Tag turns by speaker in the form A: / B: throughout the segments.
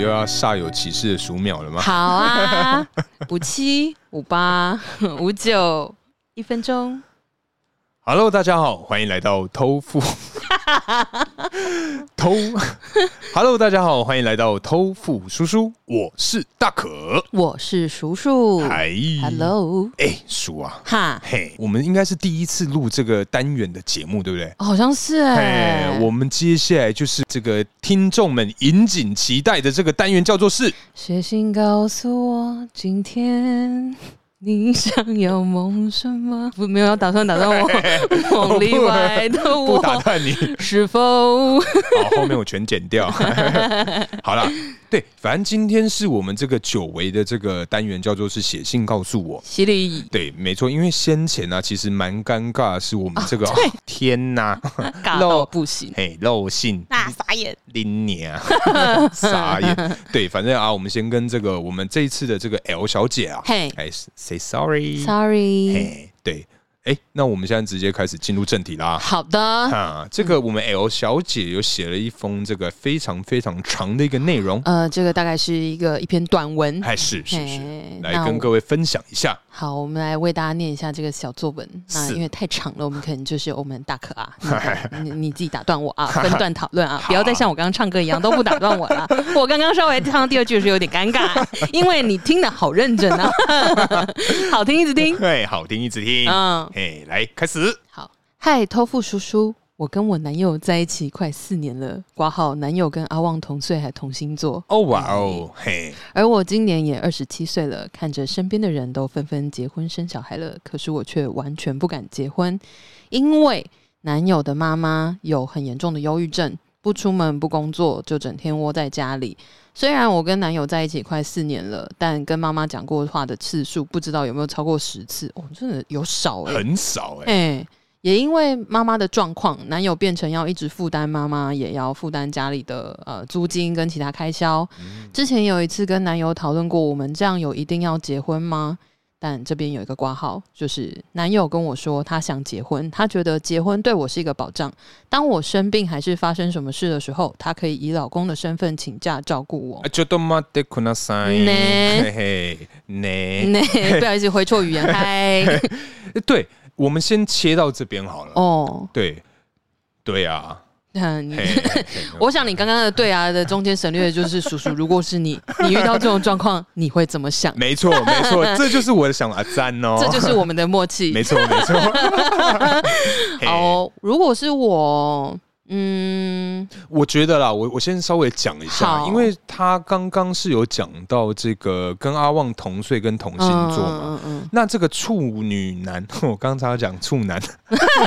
A: 要煞有其事的数秒了吗？
B: 好啊，五七、五八、五九，一分钟。
A: Hello，大家好，欢迎来到偷富 偷。Hello，大家好，欢迎来到偷富叔叔，我是大可。
B: 我是叔叔。
A: 嗨
B: Hello，
A: 哎、叔啊，
B: 哈，
A: 嘿，我们应该是第一次录这个单元的节目，对不对？
B: 哦好像是哎、
A: 哎，我们接下来就是这个听众们引颈期待的这个单元，叫做是
B: 写信告诉我，今天你想要梦什 么？不，没有啊要打算打断我，梦里外的
A: 不打
B: 我
A: 断你，
B: 是否？
A: 好，后面我全剪掉。 好啦，对，反正今天是我们这个久违的这个单元，叫做是写信告诉我。
B: 犀利
A: 对，没错，因为先前呢、其实蛮尴尬，的是我们这个、
B: 哦
A: 啊
B: 对
A: 天呐，
B: 尬到不行，
A: 嘿，肉信
B: 那傻眼。
A: 拎你 啊，傻眼。对，反正啊，我们先跟这个我们这一次的这个 L 小姐啊，
B: 嘿
A: 哎，say sorry，
B: Sorry，
A: 嘿，对，哎，那我们现在直接开始进入正题啦。
B: 好的，
A: 啊，这个我们 L 小姐有写了一封这个非常非常长的一个内容，
B: 呃，这个大概是一个一篇短文。
A: 哎，是是是，
B: 嘿
A: 来
B: 那
A: 跟
B: 我
A: 各位分享一下。
B: 好，我们来为大家念一下这个小作文。那
A: 是
B: 因为太长了，我们可能就是我们大可啊， 你你你自己打断我啊，分段讨论啊，不要再像我刚刚唱歌一样都不打断我了。我刚刚稍微唱到第二句的时候有点尴尬，因为你听的好认真啊，好听一直听。
A: 哎，好听，一直听。
B: 嗯，
A: 哎，来开始。
B: 好，嗨，偷富叔叔，我跟我男友在一起快四年了，挂号男友跟阿旺同岁还同星座，
A: 哦哇哦，嘿，
B: 而我今年也二十七岁了，看着身边的人都纷纷结婚生小孩了，可是我却完全不敢结婚，因为男友的妈妈有很严重的忧郁症，不出门不工作，就整天窝在家里。虽然我跟男友在一起快四年了，但跟妈妈讲过话的次数不知道有没有超过十次，哦，真的有少哎、
A: 很少哎、
B: 哎、也因为妈妈的状况，男友变成要一直负担妈妈，也要负担家里的呃租金跟其他开销。之前有一次跟男友讨论过，我们这样有一定要结婚吗？但这边有一个挂号，就是男友跟我说他想结婚，他觉得结婚对我是一个保障。当我生病还是发生什么事的时候，他可以以老公的身份请假照顾我
A: 啊，。就他妈的困难塞，
B: 呢嗯
A: 嘿嘿，呢，
B: 那、 不好意思，回错语言，嗨，
A: 哎对，我们先切到这边好了。
B: 哦，
A: 对，对啊，
B: 嗯，你
A: 嘿，嘿嘿
B: 我想你刚刚的对啊的中间省略就是 叔叔，如果是你，你遇到这种状况，你会怎么想？
A: 没错，没 错，这就是我的想法，赞哦，
B: 这就是我们的 默
A: 没
B: 契。
A: 错，没错。嘿
B: 哦，如果是我，嗯，
A: 我觉得啦，我我先稍微讲一下，
B: 好
A: 因为他刚刚是有讲到这个跟阿旺同岁跟同星座嘛。
B: 嗯嗯
A: 那这个处女男， 我刚才要讲处男，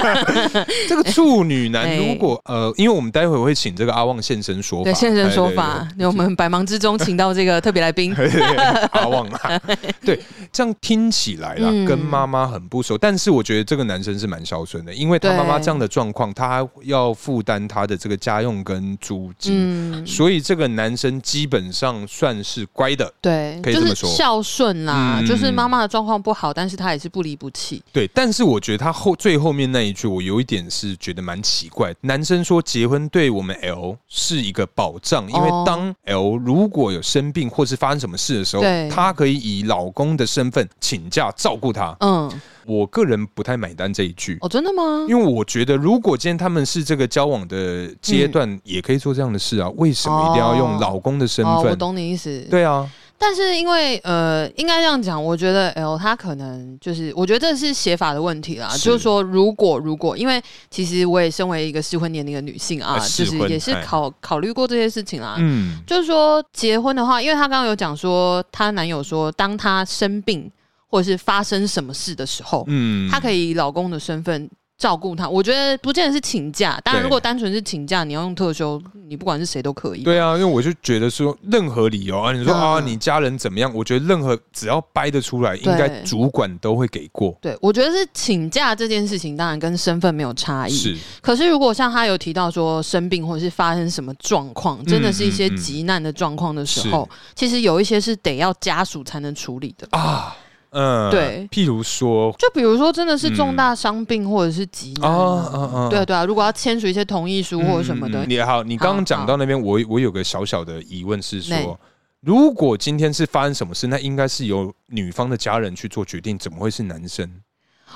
A: 这个处女男
B: 哎
A: 如果呃，因为我们待会会请这个阿旺现身
B: 嗯，
A: 说法，
B: 对现身说
A: 哎
B: 法，我们百忙之中请到这个特别 来宾，
A: 对对对阿旺 啊，对，这样听起来啦，
B: 嗯
A: 跟妈妈很不熟，但是我觉得这个男生是蛮孝顺的，因为他妈妈
B: 对
A: 这样的状况，他要负担他的这个家用跟租金，
B: 嗯，
A: 所以这个男生基本上算是乖的，
B: 对，
A: 可以这
B: 就
A: 么
B: 是
A: 说
B: 孝顺啦，
A: 嗯
B: 就是妈妈的状况不好，但是她也是不离不弃。
A: 对。但是我觉得他后最后面那一句，我有一点是觉得蛮奇怪。男生说结婚对我们 L 是一个保障，因为
B: 哦
A: 当 L 如果有生病或是发生什么事的时候
B: 对，
A: 她可以以老公的身份请假照顾他。
B: 嗯，
A: 我个人不太买单这一句。
B: 哦，真的吗？
A: 因为我觉得，如果今天他们是这个交往的阶段，也可以做这样的事啊，为什么一定要用
B: 嗯哦
A: 老公的身
B: 哦，我
A: 份？
B: 懂你意思。
A: 对啊，
B: 但是因为呃，应该这样讲，我觉得 L 他可能就是，我觉得这是写法的问题啦。
A: 是
B: 就是说，如果如果，因为其实我也身为一个适婚年龄的女性啊，
A: 啊
B: 就
A: 适
B: 是
A: 婚
B: 也是
A: 哎
B: 考考虑过这些事情啦。
A: 嗯，
B: 就是说，结婚的话，因为她刚刚有讲说，她男友说，当她生病或者是发生什么事的时候，
A: 嗯，
B: 她可以以老公的身份。照顾她。我觉得不见得是请假。当然，
A: 对
B: 如果单纯是请假，你要用特休，你不管是谁都可以。
A: 对啊，因为我就觉得说，任何理由啊，你说、
B: 嗯
A: 啊，你家人怎么样？我觉得任何只要掰得出来，应该主管都会给过。
B: 对，我觉得是请假这件事情，当然跟身份没有差异。
A: 是，
B: 可是，如果像他有提到说生病或者是发生什么状况，真的是一些
A: 嗯嗯
B: 急难的状况的时候，其实有一些是得要家属才能处理的。
A: 啊，嗯，
B: 对
A: 譬如说
B: 就比如说，真的是重
A: 嗯
B: 大伤病或者是急难、
A: 啊
B: 啊，
A: 啊啊，
B: 对啊对啊，如果要签署一些同意书
A: 嗯
B: 或者什么的，
A: 嗯嗯你好，你刚
B: 好
A: 刚讲到那边，我我有个小小的疑问是
B: 那
A: 说，如果今天是发生什么事，那应该是由女方的家人去做决定，怎么会是男生？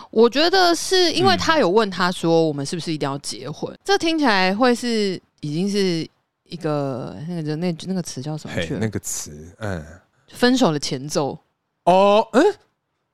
B: 我觉得是因为
A: 嗯
B: 他有问他说，我们是不是一定要结婚？这听起来会是已经是一个那个人那那个词叫什么
A: 嘿
B: 去，了？
A: 那个词，嗯，
B: 分手的前奏，
A: 哦，嗯，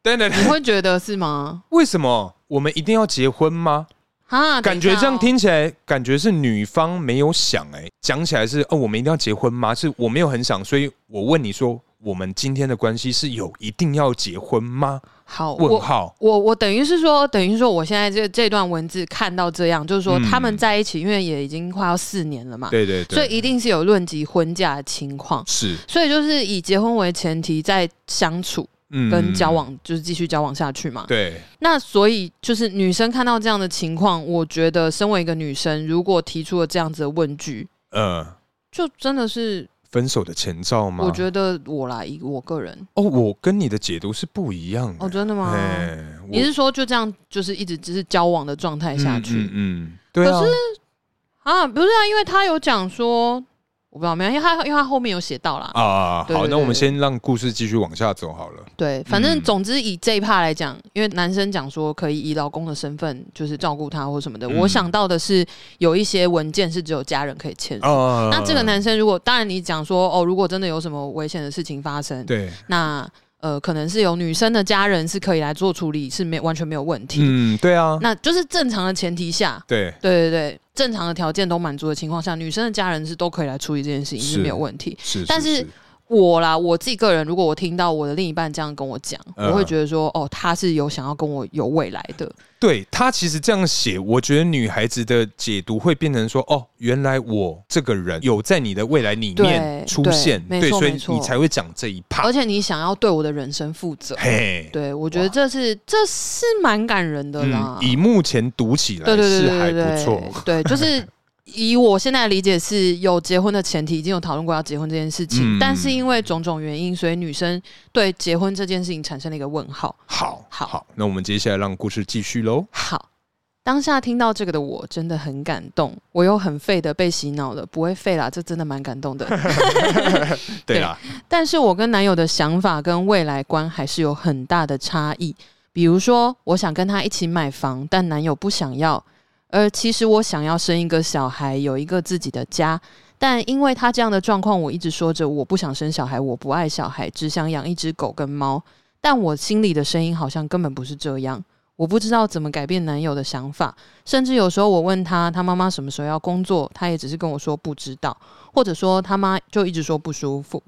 A: 等等，等
B: 你会觉得是吗？
A: 为什么我们一定要结婚吗？
B: 啊，
A: 感觉
B: 等一
A: 这
B: 下哦
A: 样，听起来，感觉是女方没有想、哎，讲起来是哦，我们一定要结婚吗？是我没有很想，所以我问你说，我们今天的关系是有一定要结婚吗？
B: 好，
A: 问
B: 我
A: 号，
B: 我我等于是说，等于是说，我现在这这段文字看到这样，就是说
A: 嗯
B: 他们在一起，因为也已经快要四年了嘛，
A: 对对
B: 啊所
A: 对，
B: 以一定是有论及婚嫁的情况。
A: 是，
B: 所以就是以结婚为前提，在相处
A: 嗯
B: 跟交，往，就是继续交往下去嘛。
A: 对，
B: 那所以就是女生看到这样的情况，我觉得身为一个女生，如果提出了这样子的问句，
A: 呃，
B: 就真的是
A: 分手的前兆吗？
B: 我觉得我啦，以我个人，
A: 哦，我跟你的解读是不一样的。
B: 哦，真的吗？
A: 哎我
B: 你是说就这样，就是一直只是交往的状态下去、
A: 嗯嗯嗯对啊，
B: 可啊？不是啊，因为他有讲说，我不知道没有，因为他因为他后面有写到啦。
A: 啊，
B: 对对
A: 好，
B: 对
A: 那我们
B: 对
A: 先让故事继续往下走好了。
B: 对，反正
A: 嗯
B: 总之以这一趴来讲，因为男生讲说可以以老公的身份就是照顾他或什么的，
A: 嗯
B: 我想到的是有一些文件是只有家人可以签署的
A: 啊，
B: 那这个男生如果当然你讲说哦，如果真的有什么危险的事情发生，
A: 对，
B: 那呃可能是有女生的家人是可以来做处理，是没完全没有问题。
A: 嗯，对啊，
B: 那就是正常的前提下，
A: 对，
B: 对对对，正常的条件都满足的情况下，女生的家人是都可以来处理这件事情
A: 是
B: 是没有问题。
A: 是，
B: 但是我啦，我自己个人，如果我听到我的另一半这样跟我讲，
A: 嗯
B: 我会觉得说哦，他是有想要跟我有未来的，
A: 对他其实这样写，我觉得女孩子的解读会变成说，哦，原来我这个人有在你的未来里面
B: 对
A: 出
B: 对
A: 现，
B: 没
A: 对，
B: 错
A: 所以
B: 没错
A: 你才会讲这一趴
B: 而。且你想要对我的人生负责。
A: 嘿，
B: 对，我觉得
A: 哇
B: 这是这是蛮感人的啦
A: 嗯，。以目前读起来
B: 对对
A: 是
B: 对
A: 还
B: 对
A: 不
B: 对
A: 错。
B: 对，就是以我现在的理解是有结婚的前提，已经有讨论过要结婚这件事情，
A: 嗯
B: 但是因为种种原因，所以女生对结婚这件事情产生了一个问号。
A: 好，
B: 好
A: 好，那我们接下来让故事继续喽。
B: 好，当下听到这个的我真的很感动，我又很废的被洗脑了，不会废啦，这真的蛮感动的。
A: 对啦，
B: 但是我跟男友的想法跟未来观还是有很大的差异。比如说，我想跟他一起买房，但男友不想要；而其实我想要生一个小孩，有一个自己的家。但因为他这样的状况，我一直说着我不想生小孩，我不爱小孩，只想养一只狗跟猫。但我心里的声音好像根本不是这样。我不知道怎么改变男友的想法，甚至有时候我问他，他妈妈什么时候要工作，他也只是跟我说不知道，或者说他妈就一直说不舒服。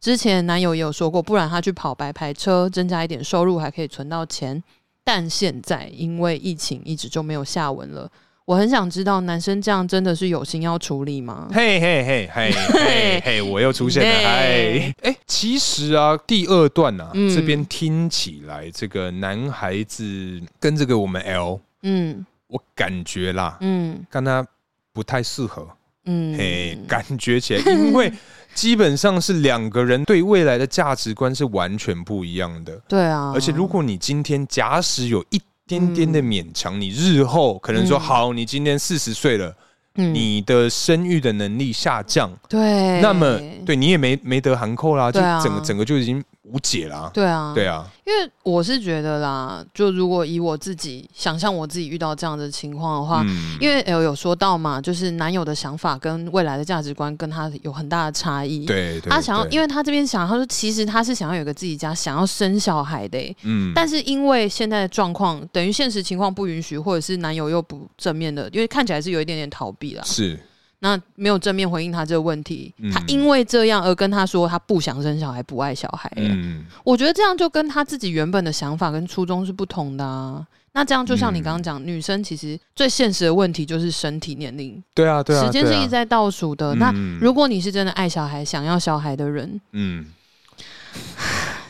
B: 之前男友也有说过，不然他去跑白牌车，增加一点收入，还可以存到钱。但现在因为疫情，一直就没有下文了。我很想知道，男生这样真的是有心要处理吗？
A: 嘿嘿嘿嘿嘿嘿，我又出现了，嗨
B: 嘿！
A: 哎，其实啊，第二段啊，
B: 嗯
A: 这边听起来，这个男孩子跟这个我们 L，
B: 嗯
A: 我感觉啦，
B: 嗯
A: 跟他不太适合，
B: 嗯，
A: 嘿，感觉起来，因 为基本上是两个人对未来的价值观是完全不一样的，
B: 对啊。
A: 而且如果你今天假使有一点点的
B: 嗯
A: 勉强，你日后可能说
B: 嗯
A: 好，你今天四十岁了，
B: 嗯
A: 你的生育的能力下降。
B: 对，
A: 那么对你也没没得含扣啦，就
B: 对啊
A: 整个整个就已经无解啦。
B: 对啊，
A: 对啊，
B: 因为我是觉得啦，就如果以我自己想象我自己遇到这样的情况的话，
A: 嗯，
B: 因为 L 有说到嘛，就是男友的想法跟未来的价值观跟他有很大的差异。
A: 对对，
B: 他想要，
A: 对
B: 因为他这边想，他说其实他是想要有一个自己家，想要生小孩的欸、
A: 嗯，
B: 但是因为现在的状况，等于现实情况不允许，或者是男友又不正面的，因为看起来是有一点点逃避啦。
A: 是
B: 那没有正面回应他这个问题，
A: 嗯
B: 他因为这样而跟他说他不想生小孩，不爱小孩欸、
A: 嗯，
B: 我觉得这样就跟他自己原本的想法跟初衷是不同的啊。那这样就像你刚刚讲，女生其实最现实的问题就是身体年龄，
A: 对啊对啊，
B: 时间是
A: 对啊
B: 一直在倒数的。
A: 嗯
B: 那如果你是真的爱小孩、想要小孩的人，
A: 嗯，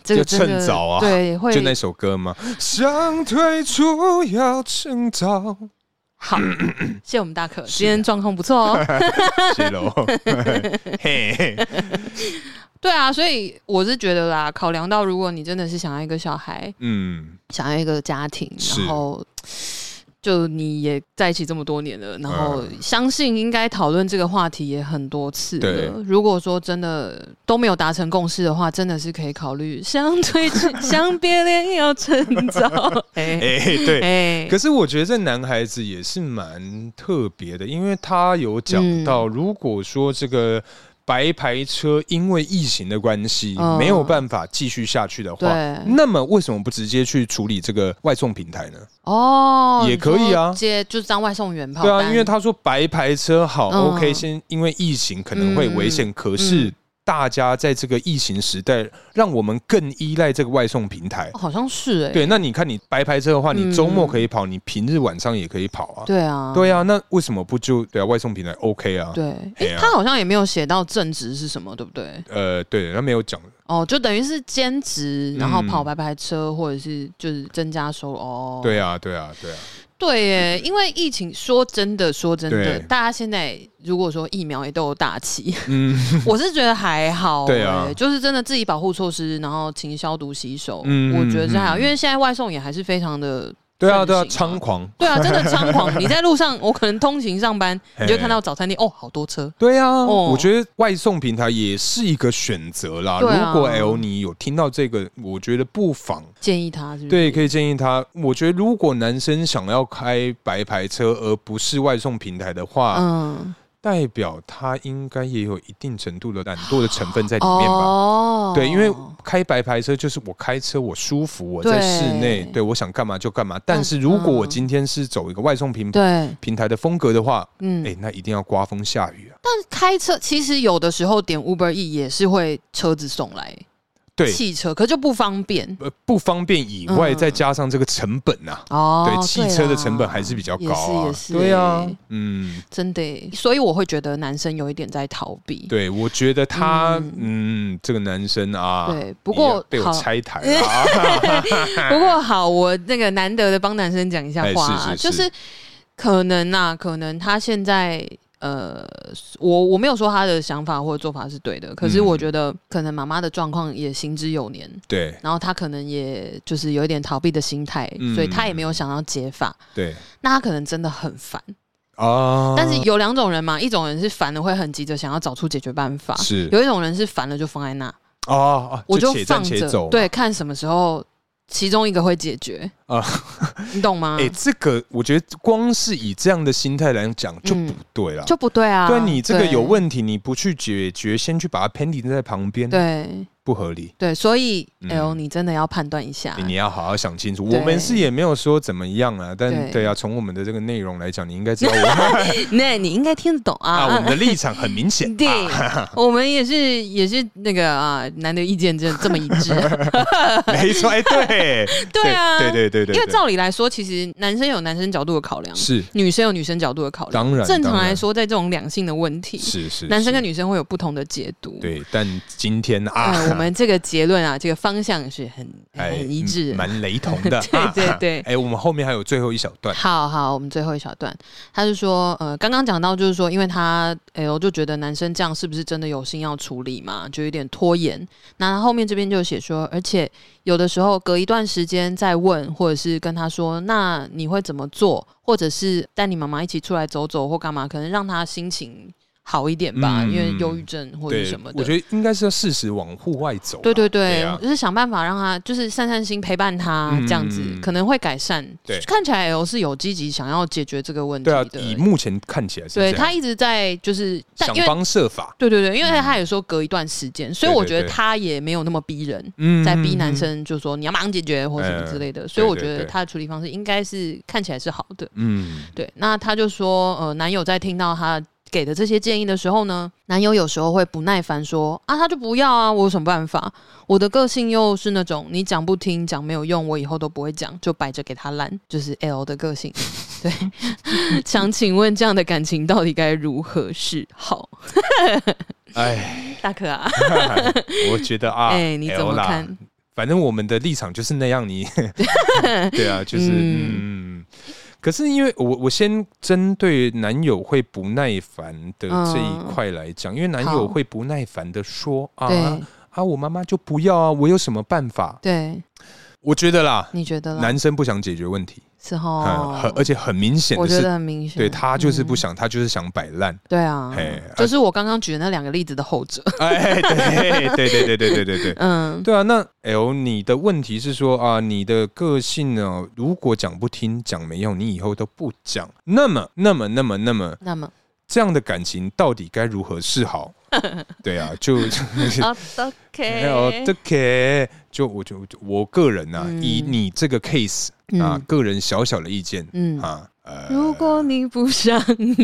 B: 这个
A: 就
B: 真的
A: 趁早啊
B: 对，会
A: 就那首歌吗？想退出要趁 早，
B: 好。谢谢我们大可，
A: 是啊
B: 今天状况不错哦。
A: 谢喽。 嘿嘿，
B: 对啊，所以我是觉得啦，考量到如果你真的是想要一个小孩，
A: 嗯，
B: 想要一个家庭，
A: 是
B: 然后就你也在一起这么多年了，然后
A: 嗯
B: 相信应该讨论这个话题也很多次
A: 对
B: 了。如果说真的都没有达成共识的话，真的是可以考虑相对 之相别恋要趁 早。哎
A: 哎、对。
B: 哎
A: 可，是我觉得这男孩子也是蛮特别的，因为他有讲
B: 嗯
A: 到，如果说这个白牌车因为疫情的关系、
B: 嗯
A: 没有办法继续下去的话，
B: 对
A: 那么为什么不直接去处理这个外送平台呢？
B: 哦，
A: 也
B: 你说
A: 可以啊
B: 接就是当外送员跑
A: 对啊，
B: 单
A: 因为他说白牌车好、
B: 嗯
A: OK，先因为疫情可能会危险，可是。大家在这个疫情时代，让我们更依赖这个外送平台
B: 哦。好像是哎、
A: 对，那啊你看，你白牌车的话，
B: 嗯
A: 你周末可以跑，你平日晚上也可以跑啊。
B: 对啊，
A: 对啊，那为什么不就对啊？外送平台 OK 啊？
B: 对，
A: 哎
B: 哎、
A: 呀
B: 他好像也没有写到正职是什么，对不对？
A: 呃，对，他没有讲，
B: 哦，就等于是兼职，然后
A: 嗯
B: 跑白牌车，或者是就是增加收入。哦，
A: 对啊，对啊，对啊，
B: 对耶，因为疫情，说真的，说真的
A: 对，
B: 大家现在如果说疫苗也都有打齐，
A: 嗯
B: 我是觉得还 好。
A: 对啊
B: 哎就是真的自己保护措施，然后勤消毒、洗手，
A: 嗯
B: 我觉得是还好，
A: 嗯嗯
B: 因为现在外送也还是非常的。
A: 对啊，对啊，
B: 盛行
A: 猖狂，
B: 对啊，真的猖 狂！你在路上，我可能通勤上班，你就
A: 嘿
B: 看到早餐店哦，好多车，
A: 对啊，
B: 哦
A: 我觉得外送平台也是一个选择啦。
B: 对啊
A: 如果 L 你有听到这个，我觉得不妨
B: 建议他是不是？
A: 对，可以建议他。我觉得如果男生想要开白牌车，而不是外送平台的话，
B: 嗯，
A: 代表他应该也有一定程度的懒惰的成分在里面吧。
B: 哦，
A: 对，因为开白牌车就是我开车我舒服，我在室内，
B: 对嗯
A: 对我想干嘛就干嘛。但是如果我今天是走一个外送平
B: 对，
A: 平台的风格的话，
B: 嗯，
A: 哎、那一定要刮风下雨啊。
B: 但开车其实有的时候点 Uber E 也是会车子送来，
A: 对，
B: 汽车可就不方便
A: 呃，不方便以外，
B: 嗯
A: 再加上这个成本呐、
B: 哦。
A: 对，汽车的
B: 啦
A: 成本还是比较高啊。
B: 也是也是
A: 对啊
B: 欸，
A: 嗯，
B: 真的耶，所以我会觉得男生有一点在逃避。
A: 对，我觉得他，嗯，这个男生啊，
B: 对不过
A: 也被我
B: 好
A: 拆台了、 啊。
B: 不过好，我那个难得的帮男生讲一下话、啊，
A: 哎是是是
B: 就是可能啊，可能他现在呃，我我没有说他的想法或者做法是对的，可是
A: 嗯
B: 我觉得可能妈妈的状况也行之有年，
A: 对
B: 然后他可能也就是有一点逃避的心态，
A: 嗯
B: 所以他也没有想要解法，
A: 对
B: 那他可能真的很烦。
A: 啊，
B: 但是有两种人嘛，一种人是烦了会很急着想要找出解决办法，
A: 是
B: 有一种人是烦了就放在那，
A: 啊啊，
B: 我就
A: 且战
B: 放
A: 且
B: 着，
A: 走嘛。
B: 对，看什么时候其中一个会解决
A: 啊
B: 啊， 你懂吗？
A: 哎、这个我觉得光是以这样的心态来讲就
B: 嗯
A: 不对了。
B: 就不对啊，
A: 对你这个有
B: 对
A: 问题，你不去解决，先去把它 pending 在旁边，
B: 对
A: 不合理。
B: 对，所以
A: 嗯
B: L 你真的要判断一下
A: 欸，你要好好想清楚。
B: 对
A: 我们是也没有说怎么样啊，但
B: 对
A: 对啊，从我们的这个内容来讲，你应该知道我们
B: 那你应该听得懂
A: 啊，我们啊
B: 啊。
A: 的立场很明显。
B: 对， 我们也是也是那个啊，难得意见真的这么一 致，
A: 没错，哎，对，
B: 对啊，
A: 对对对对，
B: 因为
A: 对
B: 照理来说，其实男生有男生角度的考量，
A: 是
B: 女生有女生角度的考量。
A: 当然，
B: 正常
A: 当然
B: 来说，在这种两性的问题，
A: 是是
B: 男生
A: 是
B: 跟女生会有不同的解读。
A: 对，但今天
B: 哎，
A: 啊，
B: 我们这个结论啊，这个方向是很很一
A: 嗯
B: 致 的。
A: 蛮雷同的。
B: 对对对
A: 哎，我们后面还有最后一小段，
B: 好好，我们最后一小段，他是说，呃，刚刚讲到就是说，因为他 L 就觉得男生这样是不是真的有心要处理嘛，就有点拖延。那他后面这边就写说，而且有的时候隔一段时间再问，或者是跟他说，那你会怎么做，或者是带你妈妈一起出来走走或干嘛，可能让他心情好一点吧，
A: 嗯
B: 因为忧郁症或者
A: 对
B: 什么，的。
A: 我觉得应该是要适时往户外走啦。
B: 对对对，
A: 啊
B: 就是想办法让他就是散散心，陪伴他、
A: 嗯
B: 这样子，可能会改善。
A: 对
B: 看起来 L 是有积极想要解决这个问题
A: 对啊
B: 的，，
A: 以目前看起来是这
B: 对
A: 样，
B: 他一直在就是，但
A: 想
B: 因为
A: 方设法，
B: 对对对，因为他也说隔一段时间，所以
A: 对对
B: 我觉
A: 对
B: 得他也没有那么逼人。
A: 嗯
B: 在逼
A: 嗯
B: 男。
A: 嗯
B: 生就说你要马上解决或什么之类的，所以我觉
A: 对对
B: 得
A: 对
B: 他的处理方式应该是看起来是好的。
A: 嗯，
B: 对，那他就说，呃，男友在听到他给的这些建议的时候呢，男友有时候会不耐烦说，啊，他就不要啊，我有什么办法？我的个性又是那种你讲不听，讲没有用，我以后都不会讲，就摆着给他烂，就是 L 的个性。 对，想请问这样的感情到底该如何是好？
A: 哎，
B: 大可啊，
A: 我觉得啊，
B: 哎、你怎么
A: L 啦
B: 看？
A: 反正我们的立场就是那样， 你对啊，就是嗯
B: 嗯
A: 可是因为我我先针对男友会不耐烦的这一块来讲，因为男友
B: 好
A: 会不耐烦的说啊
B: 对
A: 啊，我妈妈就不要啊，我有什么办法？
B: 对，
A: 我觉得啦，
B: 你觉得啦？
A: 男生不想解决问题，
B: 是
A: 很很
B: 哈，
A: 而且很明显
B: 我
A: 的
B: 觉
A: 是，
B: 得很明显，
A: 对他就是不
B: 嗯
A: 想，他就是想摆烂。
B: 对啊
A: 嘿，
B: 就是我刚刚举的那两个例子的后者，
A: 哎，对对对对对对对对。
B: 嗯，
A: 对啊，那 L，你的问题是说啊，你的个性呢，如果讲不听、讲没用，你以后都不讲，那么、那么、那么、那么，
B: 那么
A: 这样的感情到底该如何是好？ 对啊，就哎 L
B: 哦 OK，
A: 的 K，就我就我个人呢、啊，
B: 嗯
A: 以你这个 case 啊，
B: 嗯
A: 个人小小的意见
B: 嗯，
A: 啊，呃，
B: 如果你不想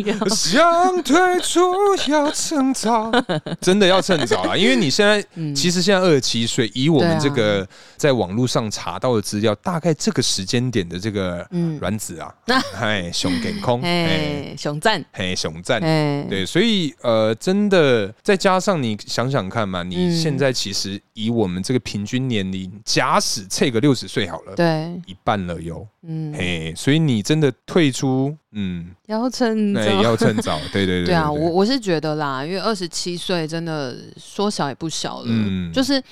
B: 要，
A: 想退出要趁早， 真的要趁早啦，因为你现在
B: 嗯，
A: 其实现在二十七岁，以我
B: 对
A: 们
B: 啊
A: 这个在网络上查到的资料，大概这个时间点的这个
B: 嗯，
A: 卵子 啊，哎，熊给空， 哎，
B: 哎，熊赞，
A: 嘿，熊赞。
B: 哎，
A: 对，所以呃，真的再加上你想想看嘛，你
B: 嗯
A: 现在其实以我们这个平均年龄，假使这个六十岁好了，
B: 对，
A: 一半了哟，
B: 嗯，
A: 嘿，所以你真的退出，嗯，
B: 要趁
A: 那
B: 早
A: 也。要趁早，对对对
B: 对啊啊，我我是觉得啦，因为二十七岁真的说小也不小了，
A: 嗯
B: 就是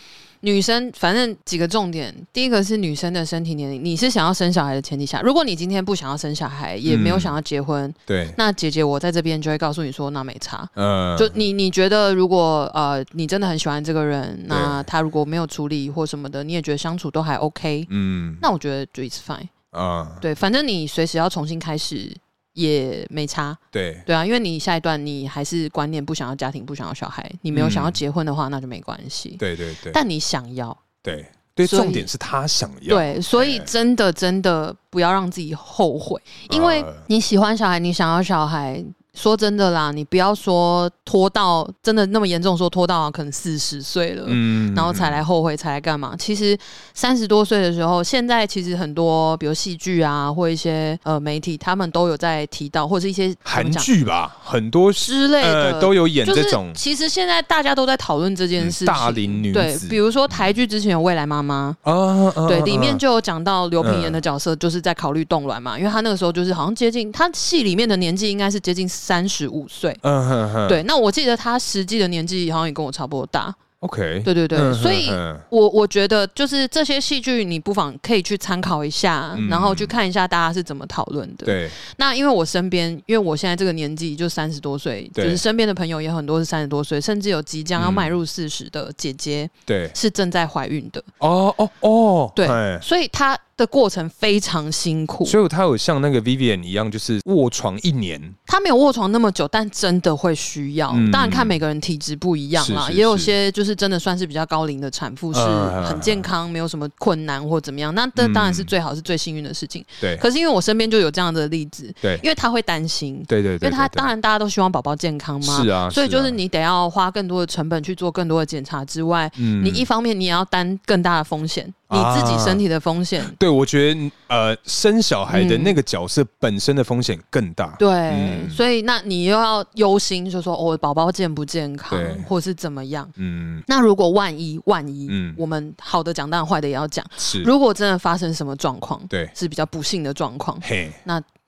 B: 女生，反正几个重点，第一个是女生的身体年龄，你是想要生小孩的前提下，如果你今天不想要生小孩，也没有
A: 嗯
B: 想要结婚，
A: 对，
B: 那姐姐我在这边就会告诉你说，那没差。
A: 呃，
B: 就你，你觉得如果呃，你真的很喜欢这个人，那他如果没有处理或什么的，你也觉得相处都还 OK，、
A: 嗯
B: 那我觉得就 it's fine。
A: 啊，
B: 对，反正你随时要重新开始也没差。
A: 对，
B: 对啊，因为你下一段你还是观念不想要家庭，不想要小孩，你没有想要
A: 嗯
B: 结婚的话，那就没关系。
A: 对对对，
B: 但你想要，
A: 对对，
B: 所以
A: 重点是他想要。
B: 对，所以
A: 哎
B: 真的真的不要让自己后悔，因为
A: 呃
B: 你喜欢小孩，你想要小孩。说真的啦，你不要说拖到真的那么严重，说拖到啊可能四十岁了，
A: 嗯
B: 然后才来后悔，才来干嘛？其实三十多岁的时候，现在其实很多，比如戏剧啊，或一些呃媒体，他们都有在提到，或是一些怎
A: 韩
B: 么讲
A: 剧吧，很多
B: 之类的，
A: 呃都有演这种
B: 就是、其实现在大家都在讨论这件
A: 嗯
B: 事情，
A: 大龄女
B: 对，
A: 子
B: 比如说台剧之前有《未来妈妈》
A: 啊啊，啊
B: 对，
A: 啊
B: 里面
A: 啊
B: 就有讲到刘品
A: 嗯
B: 言的角色就是在考虑冻卵嘛，因为她那个时候就是好像接近她戏里面的年纪应该是接近三十五岁。
A: 嗯哼哼，
B: 对，那我记得她实际的年纪好像也跟我差不多大。
A: ，OK，
B: 对对对，
A: 嗯哼
B: 所以
A: 哼
B: 我我觉得就是这些戏剧，你不妨可以去参考一下，
A: 嗯
B: 然后去看一下大家是怎么讨论的。
A: 对
B: 那因为我身边，因为我现在这个年纪就三十多岁，就
A: 对
B: 是身边的朋友也很多是三十多岁，甚至有即将要
A: 嗯
B: 迈入四十的姐姐
A: 对，
B: 是正在怀孕的，
A: 哦哦哦，
B: 对
A: 哎
B: 所以她的过程非常辛苦。
A: 所以他有像那个 Vivian 一样，就是卧床一年，
B: 她没有卧床那么久，但真的会需要。
A: 嗯
B: 当然看每个人体质不一样啦，
A: 是是
B: 也有些就是真的算是比较高龄的产妇是
A: 嗯
B: 很健康，没有什么困难或怎么样。那这
A: 嗯
B: 当然是最好，是最幸运的事情。
A: 对
B: 可是因为我身边就有这样的例子，
A: 对
B: 因为她会担心，
A: 对对
B: 因
A: 对，
B: 为她
A: 对对
B: 当然大家都希望宝宝健康嘛，
A: 是啊，
B: 所以就是
A: 啊，
B: 你得要花更多的成本去做更多的检查之外，
A: 嗯
B: 你一方面你也要担更大的风险，你
A: 啊
B: 自己身体的风险。
A: 对我觉得呃，生小孩的
B: 嗯
A: 那个角色本身的风险更大，
B: 对，
A: 嗯
B: 所以那你又要忧心，就说哦，宝宝健不健康
A: 对，
B: 或是怎么样？
A: 嗯，
B: 那如果万一万一，
A: 嗯
B: 我们好的讲，当然坏的也要讲。
A: 是，
B: 如果真的发生什么状况，
A: 对，
B: 是比较不幸的状况，
A: 嘿，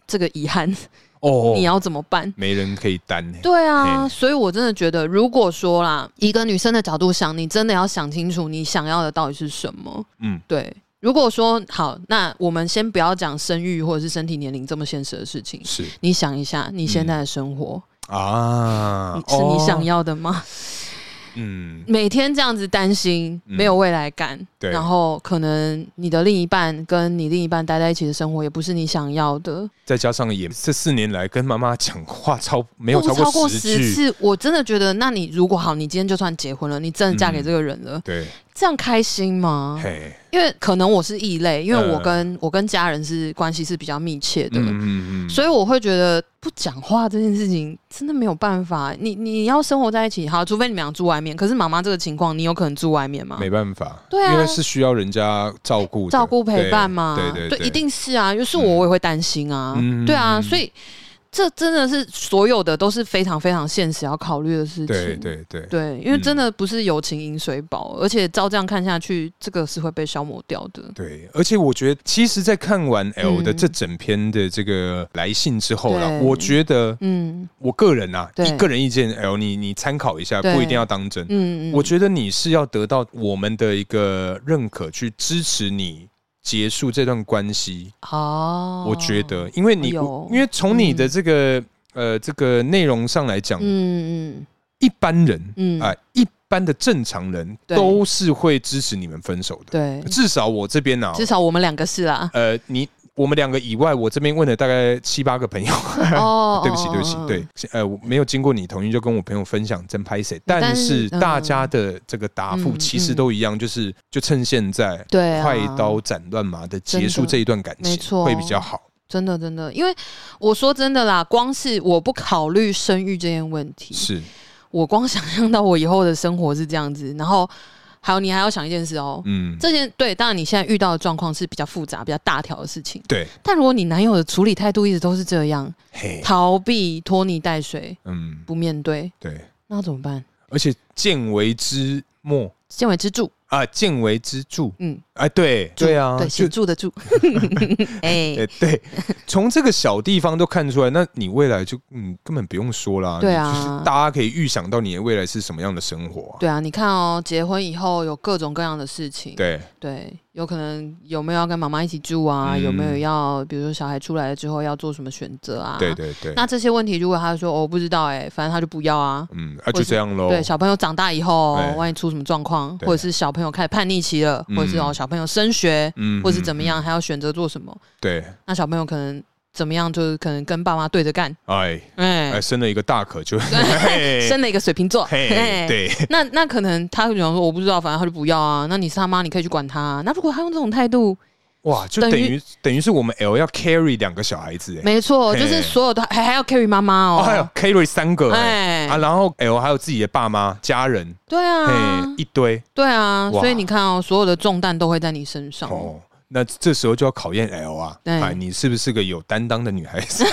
B: 这个遗憾
A: 哦，
B: 你要怎么办？
A: 没人可以担，嘿
B: 对啊，
A: 嘿
B: 所以我真的觉得，如果说啦，一个女生的角度想，你真的要想清楚你想要的到底是什么。
A: 嗯，
B: 对。如果说好，那我们先不要讲生育或者是身体年龄这么现实的事情，
A: 是嗯
B: 你想一下你现在的生活，
A: 啊
B: 你，是你想
A: 要，
B: 要的吗？
A: 嗯，
B: 每天这样子担心，
A: 嗯
B: 没有未来感，
A: 对
B: 然后可能你的另一半跟你另一半待在一起的生活也不是你想要的，
A: 再加上也这四年来跟妈妈讲话超没有
B: 不
A: 超
B: 超
A: 过
B: 过
A: 十句，
B: 十次，我真的觉得，那你如果好，你今天就算结婚了，你真的嫁给
A: 嗯
B: 这个人了，
A: 对，
B: 这样开心吗？
A: 嘿，
B: 因为可能我是异类，因为我
A: 嗯
B: 跟、我跟家人是关系是比较密切的，
A: 嗯
B: 所以我会觉得不讲话这件事情真的没有办法。你你要生活在一起，好，除非你们俩住外面。可是妈妈这个情况，你有可能住外面吗？
A: 没办法，
B: 对啊
A: 因为是需要人家照顾的、
B: 照顾陪伴嘛，
A: 对对
B: 一，定是啊。就是我，我也会担心啊，
A: 嗯
B: 对啊，
A: 嗯
B: 所以这真的是所有的都是非常非常现实要考虑的事
A: 嗯
B: 情。
A: 对对对，
B: 对，因为
A: 嗯
B: 真的不是友情饮水饱，而且照这样看下去，这个是会被消磨掉的。
A: 对，而且我觉得，其实，在看完 L
B: 嗯
A: 的这整篇的这个来信之后啦，
B: 对
A: 我觉得
B: 嗯
A: 我个人啊，
B: 对
A: 一个人意见，L 你你参考一下，
B: 对
A: 不一定要当真。
B: 嗯，嗯
A: 我觉得你是要得到我们的一个认可，去支持你结束这段关系。
B: 哦，
A: 我觉得，因为你
B: 哎呦
A: 因为从你的这个呃这个内容上来讲，
B: 嗯，嗯
A: 一般人
B: 嗯嗯，
A: 啊，一般的正常人
B: 对
A: 都是会支持你们分手的。
B: 对，
A: 至少我这边啊呢，。
B: 至少我们两个是啦
A: 呃，你我们两个以外，我这边问了大概七八个朋 友。
B: 哦，
A: 对不起，
B: 哦
A: 对不起，，
B: 哦哦
A: 对，呃，我没有经过你同意就跟我朋友分享，真拍谁？
B: 但
A: 但是
B: 嗯
A: 大家的这个答复
B: 嗯
A: 其实
B: 嗯
A: 都一样，就是就趁现在，
B: 对啊
A: 快刀斩乱麻的结
B: 真
A: 束
B: 的
A: 这一段感情
B: 没，错
A: 会比较好。
B: 真的真的，因为我说真的啦，光是我不考虑生育这件问题，
A: 是，
B: 我光想象到我以后的生活是这样子，然后还有你还要想一件事哦，
A: 嗯，
B: 这件对，当然你现在遇到的状况是比较复杂、比较大条的事情，
A: 对，
B: 但如果你男友的处理态度一直都是这样，
A: 嘿，
B: 逃避、拖泥带水、
A: 嗯，
B: 不面对，
A: 对，
B: 那怎么办？
A: 而且见微知末
B: 见微知著，
A: 啊，见微知著，
B: 嗯，
A: 哎，对，
B: 著
A: 对啊，
B: 对，
A: 就
B: 显著的 著，哎
A: 哎、，对，从这个小地方都看出来，那你未来就嗯根本不用说啦，
B: 对
A: 你
B: 啊
A: 就是大家可以预想到你的未来是什么样的生活、啊，
B: 对啊，你看哦，结婚以后有各种各样的事情，
A: 对，
B: 对，有可能有没有要跟妈妈一起住啊？
A: 嗯
B: 有没有要，比如说小孩出来了之后要做什么选择啊？
A: 对对对，
B: 那这些问题，如果他说、哦、我不知道、欸，哎，反正他就不要啊。
A: 嗯，啊
B: 或
A: 就是这样喽，
B: 对，小朋友长大以后
A: 对，
B: 万一出什么状况，
A: 对
B: 或者是小朋友开始叛逆期了，
A: 嗯
B: 或者是哦小朋友升学，
A: 嗯
B: 或者是怎么
A: 嗯
B: 样，
A: 嗯
B: 还要选择做什么？
A: 对，
B: 那小朋友可能怎么样，就是可能跟爸妈对着干，
A: 哎
B: 哎、
A: 哎，生了一个大可就，嘿
B: 生了一个水瓶座，
A: 嘿，
B: 嘿
A: 对，
B: 那那可能他会想说我不知道，反正他就不要啊。那你是他妈，你可以去管他、啊。那如果他用这种态度，
A: 哇，就等
B: 等于
A: 于等于是我们 L 要 carry 两个小孩子、哎，
B: 没错，
A: 嘿
B: 就是所有的还还要 carry 妈妈
A: 哦，还有
B: 哦，
A: carry 三个、哎
B: 哎
A: 啊，然后 L 还有自己的爸妈、家人，
B: 对
A: 嘿、
B: 啊，
A: 一堆
B: 对啊，
A: 哇
B: 所以你看哦，所有的重担都会在你身上。
A: 哦。那这时候就要考验 L 啊，
B: 对
A: 哎，你是不是个有担当的女孩 子？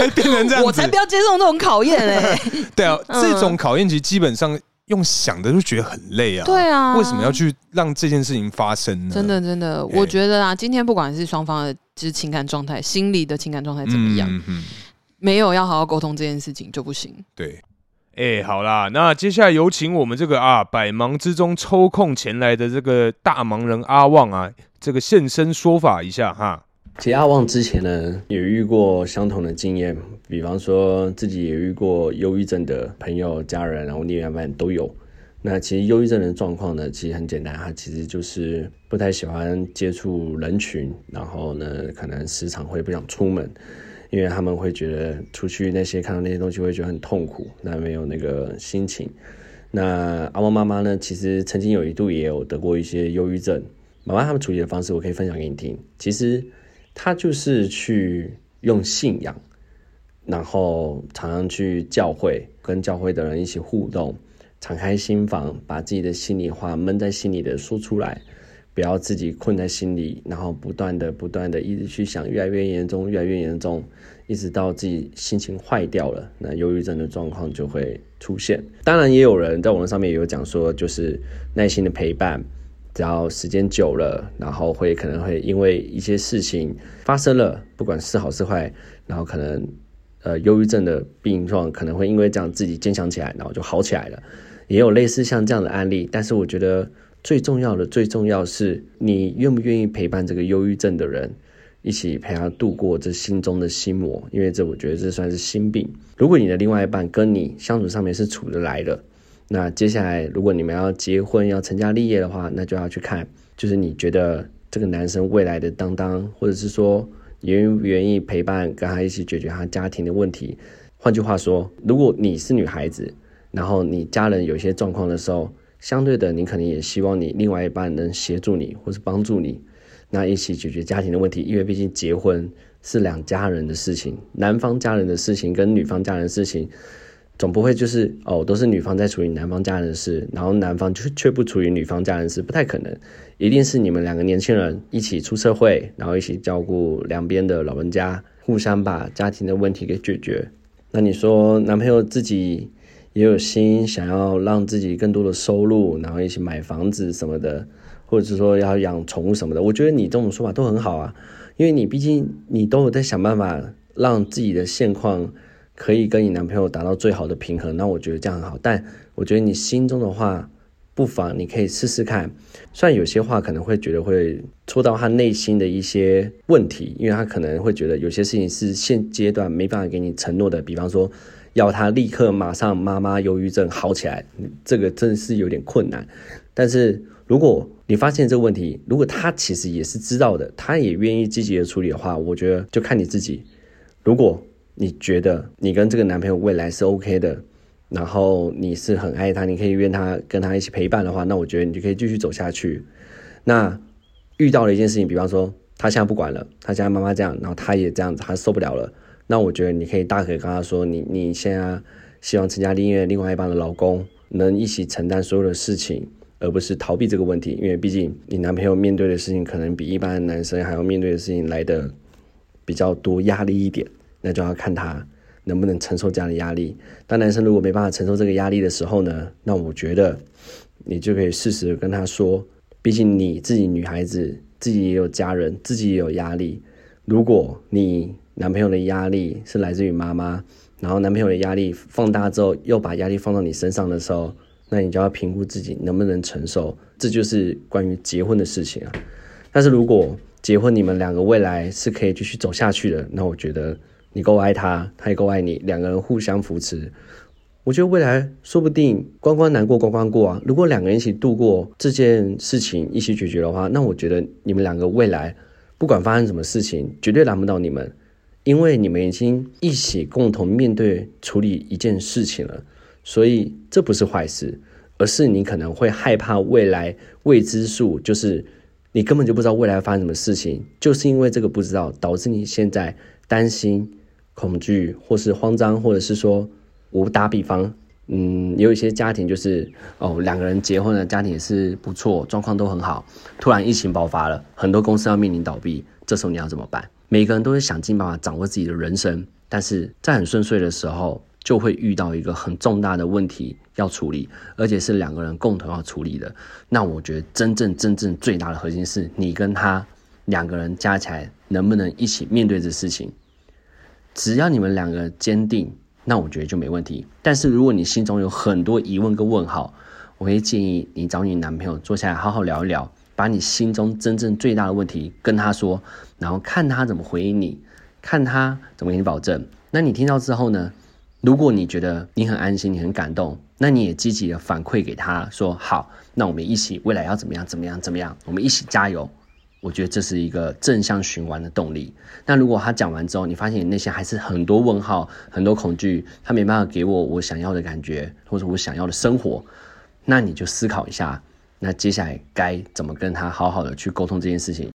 A: 哎变成这样子，
B: 我才不要接受这种考验嘞！
A: 对啊，
B: 嗯
A: 这种考验其实基本上用想的就觉得很累啊。
B: 对啊，
A: 为什么要？去让这件事情发生呢？哎
B: 真的真的，我觉得啊，今天不管是双方的就是情感状态、心理的情感状态
A: 嗯
B: 怎么样，
A: 嗯嗯
B: 没有要好好沟通这件事情就 不行。
A: 对。哎、好啦，那接下来有请我们这个啊，百忙之中抽空前来的这个大忙人阿旺啊，这个现身说法一下哈。
C: 其实阿旺之前呢也遇过相同的经验，比方说自己也遇过忧郁症的朋友、家人，然后另外一半都有。那其实忧郁症的状况呢，其实很简单，他其实就是不太喜欢接触人群，然后呢，可能时常会不想出门，因为他们会觉得出去那些看到那些东西会觉得很痛苦，那没有那个心情。那阿旺妈妈呢，其实曾经有一度也有得过一些忧郁症，妈妈他们处理的方式，我可以分享给你听。其实他就是去用信仰，然后常常去教会，跟教会的人一起互动，敞开心房，把自己的心里话闷在心里的说出来，不要自己困在心里，然后不断的、不断的一直去想，越来越严重，越来越严重，一直到自己心情坏掉了，那忧郁症的状况就会出现。当然，也有人在网络上面也有讲说，就是耐心的陪伴，只要时间久了，然后会可能会因为一些事情发生了，不管是好是坏，然后可能呃忧郁症的病状可能会因为这样自己坚强起来，然后就好起来了。也有类似像这样的案例，但是我觉得最重要的最重要是你愿不愿意陪伴这个忧郁症的人。一起陪他度过这心中的心魔，因为这我觉得这算是心病。如果你的另外一半跟你相处上面是处得来的，那接下来如果你们要结婚要成家立业的话，那就要去看，就是你觉得这个男生未来的担当，或者是说你愿不愿意陪伴跟他一起解决他家庭的问题。换句话说，如果你是女孩子，然后你家人有一些状况的时候，相对的你可能也希望你另外一半能协助你或是帮助你，那一起解决家庭的问题，因为毕竟结婚是两家人的事情，男方家人的事情跟女方家人的事情，总不会就是哦都是女方在处理男方家人的事，然后男方却却不处理女方家人的事，不太可能，一定是你们两个年轻人一起出社会，然后一起照顾两边的老人家，互相把家庭的问题给解决。那你说男朋友自己也有心想要让自己更多的收入，然后一起买房子什么的，或者是说要养宠物什么的，我觉得你这种说法都很好啊，因为你毕竟你都有在想办法让自己的现况可以跟你男朋友达到最好的平衡，那我觉得这样很好。但我觉得你心中的话不妨你可以试试看。虽然有些话可能会觉得会戳到他内心的一些问题，因为他可能会觉得有些事情是现阶段没办法给你承诺的，比方说要他立刻马上妈妈忧郁症好起来，这个真是有点困难。但是如果你发现这个问题，如果他其实也是知道的，他也愿意积极的处理的话，我觉得就看你自己。如果你觉得你跟这个男朋友未来是 OK 的，然后你是很爱他，你可以约他跟他一起陪伴的话，那我觉得你就可以继续走下去。那遇到了一件事情，比方说他现在不管了，他现在妈妈这样，然后他也这样子，他受不了了，那我觉得你可以大可以跟他说，你你现在希望成家立业，另外一半的老公能一起承担所有的事情。而不是逃避这个问题，因为毕竟你男朋友面对的事情可能比一般的男生还要面对的事情来的比较多压力一点，那就要看他能不能承受这样的压力。当男生如果没办法承受这个压力的时候呢，那我觉得你就可以适时的跟他说，毕竟你自己女孩子自己也有家人，自己也有压力。如果你男朋友的压力是来自于妈妈，然后男朋友的压力放大之后，又把压力放到你身上的时候。那你就要评估自己能不能承受，这就是关于结婚的事情啊。但是如果结婚你们两个未来是可以继续走下去的，那我觉得你够爱他，他也够爱你，两个人互相扶持，我觉得未来说不定关关难过关关过啊。如果两个人一起度过这件事情，一起解决的话，那我觉得你们两个未来不管发生什么事情，绝对难不倒你们，因为你们已经一起共同面对处理一件事情了。所以这不是坏事，而是你可能会害怕未来未知数，就是你根本就不知道未来发生什么事情，就是因为这个不知道，导致你现在担心、恐惧，或是慌张，或者是说，我打比方，嗯，有一些家庭就是哦，两个人结婚了，家庭也是不错，状况都很好，突然疫情爆发了，很多公司要面临倒闭，这时候你要怎么办？每个人都会想尽办法掌握自己的人生，但是在很顺遂的时候。就会遇到一个很重大的问题要处理，而且是两个人共同要处理的。那我觉得真正真正最大的核心是你跟他两个人加起来能不能一起面对这事情。只要你们两个坚定，那我觉得就没问题。但是如果你心中有很多疑问跟问号，我会建议你找你男朋友坐下来好好聊一聊，把你心中真正最大的问题跟他说，然后看他怎么回应你，看他怎么给你保证。那你听到之后呢？如果你觉得你很安心，你很感动，那你也积极的反馈给他说好，那我们一起未来要怎么样，怎么样，怎么样，我们一起加油。我觉得这是一个正向循环的动力。那如果他讲完之后，你发现你内心还是很多问号、很多恐惧，他没办法给我我想要的感觉，或者我想要的生活，那你就思考一下，那接下来该怎么跟他好好的去沟通这件事情。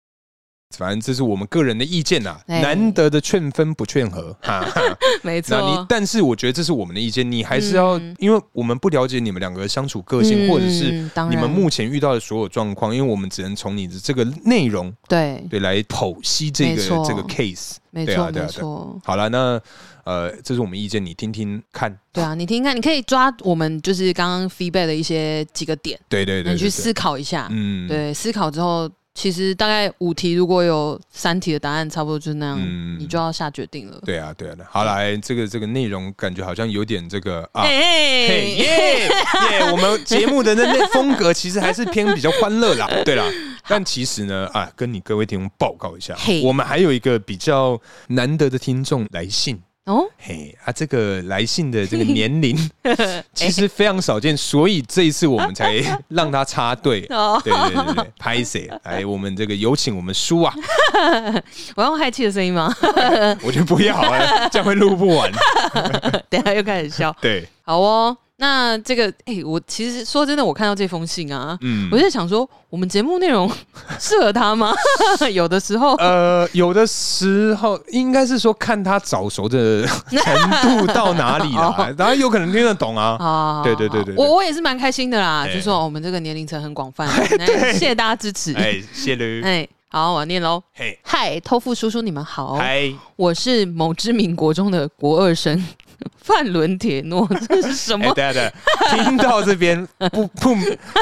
A: 反正这是我们个人的意见啦，
B: 哎
A: 难得的劝分不劝和，哈哈。
B: 没
A: 那你
B: 错，
A: 但是我觉得这是我们的意见，你还是要，因为我们不了解你们两个的相处个性，
B: 嗯
A: 或者是
B: 嗯当
A: 你们
B: 然
A: 目前遇到的所有状况，因为我们只能从你的这个内容
B: 对，
A: 对来剖析这
B: 没
A: 个
B: 错
A: 这个 case。
B: 没
A: 对啊
B: 错，
A: 对啊对啊
B: 没错。
A: 好了，那呃，这是我们意见，你听听看。
B: 对啊，你听听看，你可以抓我们就是刚刚 feedback 的一些几个点，
A: 对对对，
B: 你去
A: 对对
B: 思考一下。
A: 嗯，
B: 对，思考之后，其实大概五题，如果有三题的答案差不多就是那样，
A: 嗯
B: 你就要下决定了。
A: 对啊，对啊，好来，这个这个内容感觉好像有点这个啊。
B: 哎
A: 嘿耶耶！我们节目的那那风格其实还是偏比较欢乐 啦，对啦。但其实呢，啊，跟你各位听众报告一下
B: 嘿，
A: 我们还有一个比较难得的听众来信。
B: 哦，
A: 嘿啊，这个来信的这个年 龄其实非常少见，所以这一次我们 才让他插队。
B: 哦
A: 对对对对对，拍谁？来，我们这个有请我们叔啊，
B: 我要用氦气的声音吗？
A: 我就不要了，这样会录不完。
B: 等一下又开始笑。
A: 对，
B: 好哦，那这个，哎、我其实说真的，我看到这封信啊，
A: 嗯
B: 我就想说，我们节目内容 适合他吗？ 有的时候，
A: 呃，有的时候应该是说看他早熟的程度到哪里 啦，然后有可能听得懂啊。
B: 啊，
A: 对对对对对
B: 哦我我也是蛮开心的啦，
A: 哎
B: 就说、哦我们这个年龄层很广泛，哎谢谢大家支持。哎、
A: 哎，谢喽，
B: 好，我要念喽。
A: 嘿，
B: 哦嗨，偷富叔叔，你们好，
A: 嗨，
B: 我是某知名国中的国二生， 范伦铁诺，这是什
A: 哎、
B: 么？
A: 等一下等一下，听到这边不 不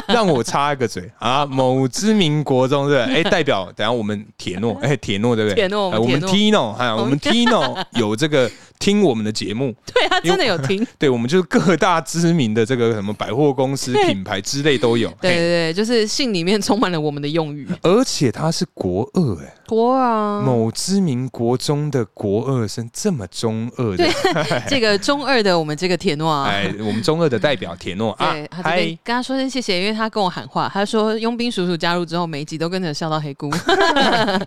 A: 让我插个嘴啊！某知名国中对不 对？哎、代表等一下我们铁诺，哎、铁诺对不对？
B: 铁诺
A: 哎
B: 我
A: 我
B: 们
A: 们
B: 铁
A: Tino 哈，
B: 我
A: 我
B: 们
A: 们 Tino 有这个听我们的节目，
B: 对他真的有听。
A: 对我们就是各大知名的这个什么百货公司
B: 对
A: 品牌之类都有，哎
B: 对
A: 嘿，
B: 对对，就是信里面充满了我们的用语。
A: 而且他是国二哎、
B: 国 啊，
A: 某知名国中的国二生这么中二的，
B: 这个中二的我们这个铁诺啊，
A: 哎，我们中二的代表铁诺啊
B: 对，，他这
A: 嗨
B: 边，跟他说声谢谢，因为他跟我喊话，他说佣兵叔叔加入之后，每一集都跟着笑到黑 姑，